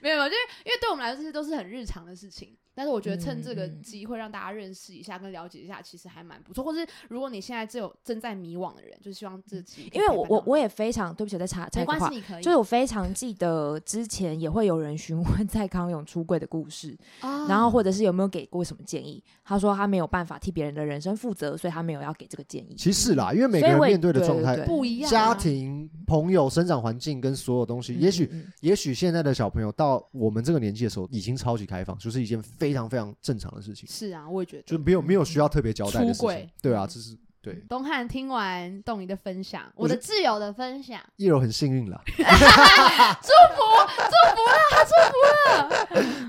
S2: 没有没有，就是因为对我们来说这些都是很日常的事情。但是我觉得趁这个
S1: 嗯嗯
S2: 机会让大家认识一下跟了解一下，其实还蛮不错。或是如果你现在只有正在迷惘的人，就希望这集可
S1: 嗯因
S2: 以
S1: 为我
S2: 陪伴到
S1: 我我也非常对不起，我在插
S2: 你
S1: 插
S2: 没
S1: 一个
S2: 关
S1: 话
S2: 系，，你可以。
S1: 就是我非常记得之前也会有人询问蔡康永出柜的故事，
S2: 啊
S1: 然后或者是有没有给过什么建议。他说他没有办法替别人的人生负责，所以他没有要给这个建议。
S3: 其实啦，因为每
S1: 所
S3: 个
S1: 以
S3: 人
S1: 我也
S3: 面对的状态
S1: 对对对
S2: 不一样啊、
S3: 家庭、朋友、生长环境跟所有东西，
S1: 嗯
S3: 也许、
S1: 嗯嗯
S3: 也许现在的小朋友到我们这个年纪的时候，已经超级开放，就是一件非常非常正常的事情，
S2: 是啊，我也觉得。
S3: 就没有没有需要特别交代的事
S2: 出
S3: 情
S2: 轨。
S3: 对啊，这是对
S2: 东汉听完动仪的分享，我
S3: 我啊觉
S2: 的
S3: 得
S2: 挚友的分享，
S3: 叶柔很幸运啦， [LAUGHS]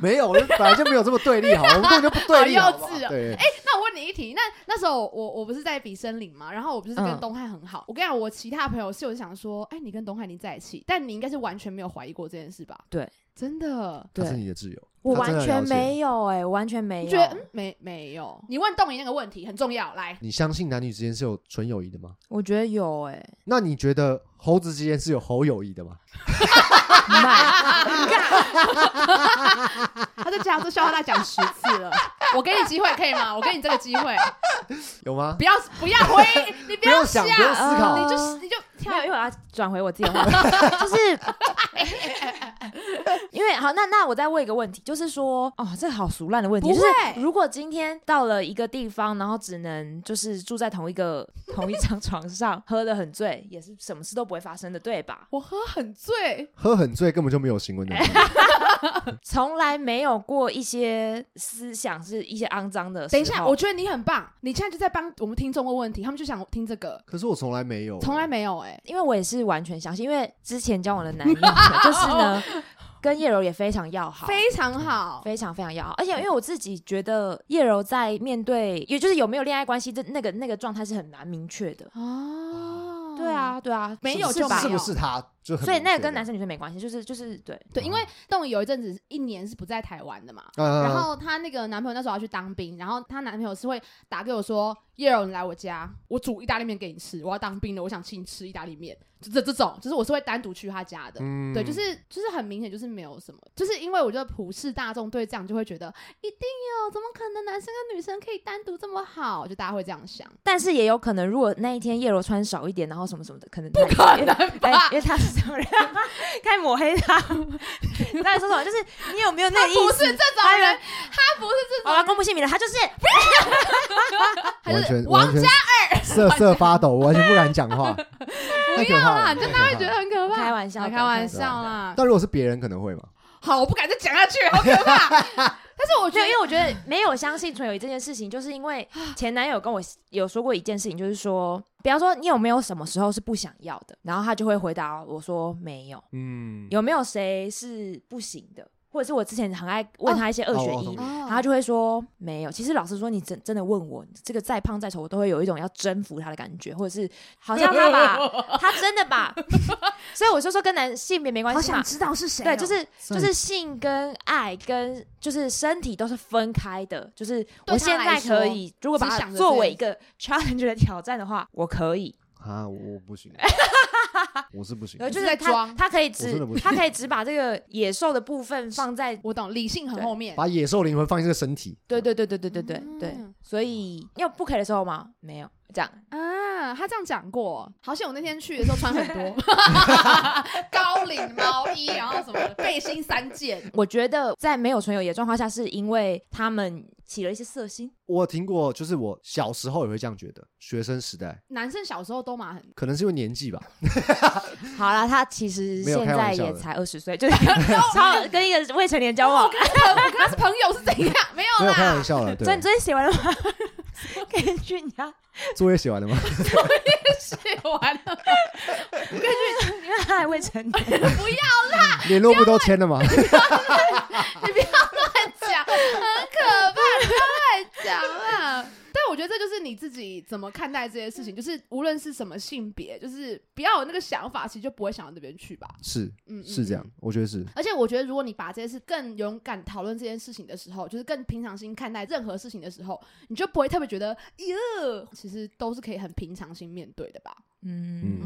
S3: 没有，我们本来就没有这么对立，好，我们根本就不对立，
S2: 好幼
S3: 好不好
S2: 稚哦
S3: 对，
S2: 那我问你一题，那那时候我我不是在比森林嘛，然后我不是跟
S1: 嗯
S2: 东汉很好，我跟你讲，我其他朋友是有想说，哎，你跟东汉你在一起，但你应该是完全没有怀疑过这件事吧？
S1: 对，
S2: 真的，
S3: 他是
S1: 对
S3: 你的挚友，
S1: 我
S3: 他真
S1: 完
S3: 的了
S1: 全
S3: 解
S1: 没有哎、我完全没
S2: 你
S1: 有，
S2: 觉得嗯没没有？你问动仪那个问题很重要，来，
S3: 你相信男女之间是有纯友谊的吗？
S1: 我觉得有哎、
S3: 那你觉得猴子之间是有猴友谊的吗？
S2: 他在讲这笑话他讲十次
S1: [LAUGHS]
S2: 了，我给你机会可以吗？我给你这个机会，
S3: 有吗？
S1: [LAUGHS]
S2: 不要不要回应，你不
S3: 不
S2: 要
S3: 用想，不用思考
S2: 你，就你就
S1: 没有，因为我要转回我自己
S2: [LAUGHS]
S1: 的话题，就是因为好，那那我再问一个问题，就是说，哦，这好俗烂的问题，
S2: 不
S1: 就
S2: 会
S1: 是如果今天到了一个地方，然后只能就是住在同一个同一张床上，喝得很醉，也是什么事都不会发生的，对吧？
S2: 我喝很醉，
S3: 喝很醉根本就没有行为能
S2: [LAUGHS]
S3: 力。
S1: 从来没有过一些思想是一些肮脏的时候。
S2: 等一下，我觉得你很棒，你现在就在帮我们听众问问题，他们就想听这个，
S3: 可是我从来没有，
S2: 从来没有哎、
S1: 因为我也是完全相信，因为之前交往的男友呢就是呢，跟叶柔也非常要好，
S2: 非常好，
S1: 非常非常要好，而且因为我自己觉得叶柔在面对，也就是有没有恋爱关系，这那个那个状态是很难明确的。
S2: 哦，
S1: 对，啊，对啊，
S2: 没有
S1: 是
S2: 就
S1: 吧
S3: 是
S2: 没有
S3: 不是他就很
S1: 所以那个跟
S3: 明
S1: 男
S3: 确
S1: 生女生没关系，就是就是对，
S2: 对，因为动有一阵子一年是不在台湾的嘛。
S3: 的啊
S2: 然后她那个男朋友那时候要去当兵，然后她男朋友是会打给我说：“叶柔，你来我家，我煮意大利面给你吃，我要当兵了，我想请你吃意大利面。”就这这种，就是我是会单独去她家的。
S3: 嗯
S2: 对，就是就是很明显，就是没有什么，就是因为我觉得普世大众对这样就会觉得一定有，怎么可能男生跟女生可以单独这么好？就大家会这样想，
S1: 但是也有可能，如果那一天叶柔穿少一点，然后什么什么的，可能不
S2: 可能吧
S1: 哎、因为他是什么 [LAUGHS] 人，开始抹黑他。大家说什么？就是你有没有那个意
S2: [LAUGHS] 不
S1: 思？
S2: 是这种人，他不是
S1: 我
S2: 这种
S1: 要
S2: 人，
S1: 公布姓名了，他就是
S2: 他
S3: 完
S2: 是
S3: 全
S2: 王
S3: 嘉尔瑟瑟发抖，我完全不敢讲话，
S2: [LAUGHS]
S3: 太可
S2: 不要
S3: 怕
S2: 啦，
S3: 了，
S2: 就
S3: 太
S2: 大家
S3: 可
S2: 会觉得
S3: 怕了
S2: 很可怕，
S1: 开玩笑的
S2: 啊开玩笑啦。
S3: 但如果是别人可能会嘛？
S2: 好，我不敢再讲下去，好可怕。 [LAUGHS] 但是我觉
S1: 对，
S2: 得
S1: 因，为我觉得没有相信纯友谊这件事情，就是因
S2: [SIGHS]
S1: 为前男友跟我有说过一件事情，就是说，比方说你有没有什么时候是不想要的，然后他就会回答我说没有，
S3: 嗯，
S1: 有没有谁是不行的，或者是我之前很爱问他一些二选一。
S3: 哦哦
S2: 嗯
S1: 然后他就会说没有。其实老实说，你真真的问我，这个再胖再丑，我都会有一种要征服他的感觉，或者是好像他
S2: [LAUGHS]
S1: 吧，他真的吧。所以我就说跟男性别没关系嘛，
S2: 知道是谁哦
S1: 对，就是
S3: 在
S1: 就是性跟爱跟就是身体都是分开的，就是
S2: 对
S1: 我
S2: 他
S1: 现
S2: 来
S1: 在
S2: 说
S1: 可以，如果把
S2: 只
S1: 它
S2: 想着这
S1: 作为
S2: 件
S1: 一个 challenge 的挑战的话，我可以。
S3: 啊，我我
S1: [LAUGHS]
S3: 不行，我是不行
S1: 然，后
S2: 你
S1: 就是是
S2: 在
S1: 他
S2: 装
S1: 他可以
S3: 真
S1: 只
S3: 的不
S1: 他可以只把这个野兽的部分放在，
S2: 我懂，理性很后面。
S3: 把野兽灵魂放进这个身体，
S1: 对对对对对对对对
S2: 嗯，
S1: 所以你有不可以的时候吗？没有，这样
S2: 啊，他这样讲过，好像我那天去的时候穿很多 [LAUGHS] 高领毛衣，然后什么背心三件，
S1: 我觉得在没有纯友谊的状况下，是因为他们起了一些色
S3: [LAUGHS]
S1: 心，
S3: 我听过，就是我小时候也会这样觉得，学生时代
S2: 男生小时候都嘛很，
S3: 可能是因为年纪吧，
S1: 好啦，他其实
S3: 没有
S1: 现
S3: 开
S1: 在
S3: 玩笑
S1: 也
S3: 的
S1: 才二十岁，就是 [LAUGHS] 超跟一个未成年交往。
S2: [LAUGHS] 我跟他是朋友是怎样？没有
S3: 没有开
S2: 啦
S3: 玩，笑了，
S1: 所以
S3: [LAUGHS] 对
S1: 你，昨天写完了吗？ [LAUGHS] 可以去你家，
S3: 作业写完了
S1: [LAUGHS]
S3: 吗？
S2: [LAUGHS] 是完了，
S1: 因为他还未成年。
S3: [LAUGHS]
S2: 不要
S3: 联络簿都签了吗？
S2: 你不要乱讲，很可怕，你不要乱讲啊！ [LAUGHS] 但我觉得这就是你自己怎么看待这些事情，就是无论是什么性别，就是不要有那个想法，其实就不会想到那边去吧。
S3: [LAUGHS] 是
S2: 嗯，嗯
S3: 是这样。，我觉得是，
S2: 而且我觉得，如果你把这些事更勇敢讨论这件事情的时候，就是更平常心看待任何事情的时候，你就不会特别觉得，哟，其实都是可以很平常心面对的吧？
S1: 嗯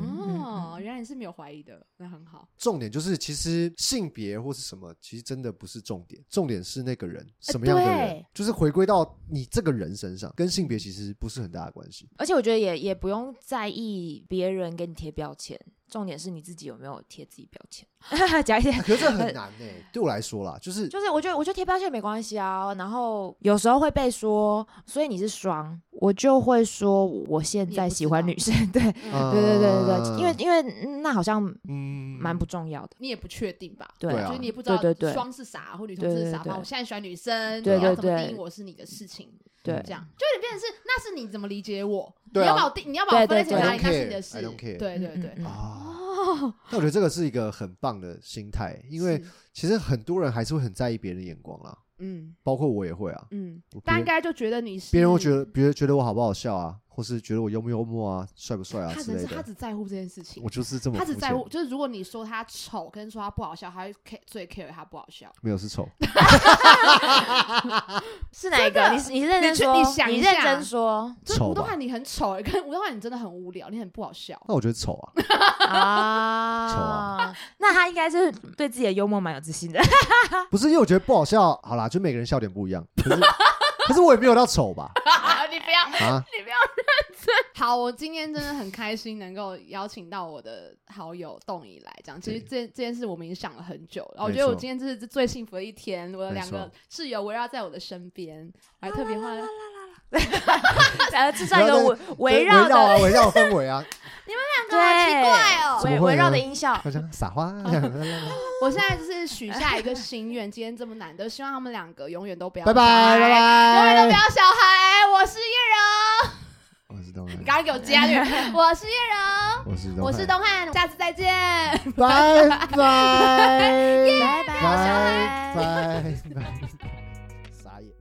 S2: 哦，原来你是没有怀疑的，那很好。
S3: 重点就是其实性别或是什么，其实真的不是重点，重点是那个人什么样的人
S1: 哎对，
S3: 就是回归到你这个人身上，跟性别其实不是很大的关系。
S1: 而且我觉得也也不用在意别人给你贴标签，重点是你自己有没有贴自己标签。 [LAUGHS] 讲一点
S3: 哎，可是这很难呢，对我来说啦，就是
S1: 呃就是我觉得我觉得贴标签没关系啊。然后有时候会被说，所以你是双，我就会说我现在喜欢女生。
S3: [LAUGHS]
S1: 对对
S3: 嗯
S1: 对对对对，因为因为嗯那好像
S3: 嗯
S1: 蛮不重要的。
S2: 你也不确定吧？
S1: 对
S3: 对啊
S2: 就是你也不知道
S1: 对对对
S2: 双是啥或女同志是啥
S1: 对对
S2: 吧？
S1: 对
S2: 我现在喜欢女生，
S1: 对
S2: 你要
S1: 对
S2: 怎么
S1: 对嗯
S2: 定义我是你的事情，
S3: 嗯
S1: 对
S2: 这样就有点变成是，那是你怎么理解我？
S3: 对啊
S2: 你要把我定，你要把我分类成
S1: 对对
S2: 哪里，那
S3: 对 I don't
S2: 是你的
S3: care，
S2: 事
S3: I don't。care
S2: 对对
S1: 嗯
S2: 对
S1: 嗯，嗯
S3: 啊，那我觉得这个是一个很棒的心态，因为
S2: 哦是
S3: 其实很多人还是会很在意别人的眼光啦，
S2: 嗯
S3: 包括我也会啊，
S2: 嗯，
S3: 我别
S2: 大家嗯
S3: 人
S2: 应该就觉得你是
S3: 别人会觉得，别人觉得我好不好笑啊，或是觉得我幽不幽默啊，帅不帅啊
S2: 他
S3: 之
S2: 只
S3: 类
S2: 是他
S3: 的。
S2: 只在乎这件事情
S3: 我，就是这么
S2: 他只
S3: 肤
S2: 在
S3: 浅
S2: 乎，就是如果你说他丑跟说他不好笑，他会 care 最 care 他不好笑。
S3: 没有是丑，
S1: 是哪一个？你是你是认
S2: 你
S1: 真
S2: 去
S1: 说，
S2: 你想一
S1: 认
S2: 下
S1: 真
S2: [LAUGHS]
S1: 说
S2: 就是
S3: 丑
S2: 吴东
S3: 吧
S2: 汉你很丑，欸跟吴东汉你真的很无聊，你很不好
S3: [LAUGHS]
S2: 笑。
S3: 那我觉得丑
S2: [LAUGHS]
S3: 啊，
S1: 啊
S3: 丑啊
S1: 那他应该是对自己的幽默蛮有自信的。
S3: 不是因为
S2: [LAUGHS]
S3: 我觉得不好笑，好啦，就每个人笑点不一样。可是可是我也没有到丑吧？
S2: 你不要， [LAUGHS]
S3: 啊，
S2: 好，我今天真的很开心能够邀请到我的好友栋一来讲。其实这这件事我们已经想了很久了，然后我觉得
S3: 没
S2: 我
S3: 错
S2: 今天这是最幸福的一天，我的两
S3: 没
S2: 个
S3: 错
S2: 室友围绕在我的身边，还特别换。
S1: [LAUGHS] 呃，制造一个
S3: 不要
S1: 围围绕
S3: 绕
S1: 的
S3: 啊，围绕氛
S2: [LAUGHS]
S3: 围啊，
S1: 对，
S2: 奇怪哦
S3: 怎么
S1: 围
S3: 会
S1: 围
S3: 呢
S1: 绕的音效。
S3: 好像
S2: [LAUGHS]
S3: 撒花，
S2: 我现在就是许下一个心愿，今天这么难得，希望他们两个永远都不要
S3: 拜拜
S2: 小孩
S3: 拜
S2: 永远都不
S3: 拜，
S2: 要小孩。哎我是叶柔，
S3: 我是东
S2: 你
S3: 汉，
S2: 刚刚给我接下去， [LAUGHS] 我是叶柔，
S3: 我是东汉，
S2: 我是东汉，下次再见。
S3: 拜拜，
S1: [LAUGHS] 拜拜，小孩
S3: [LAUGHS] 拜拜，拜，傻眼。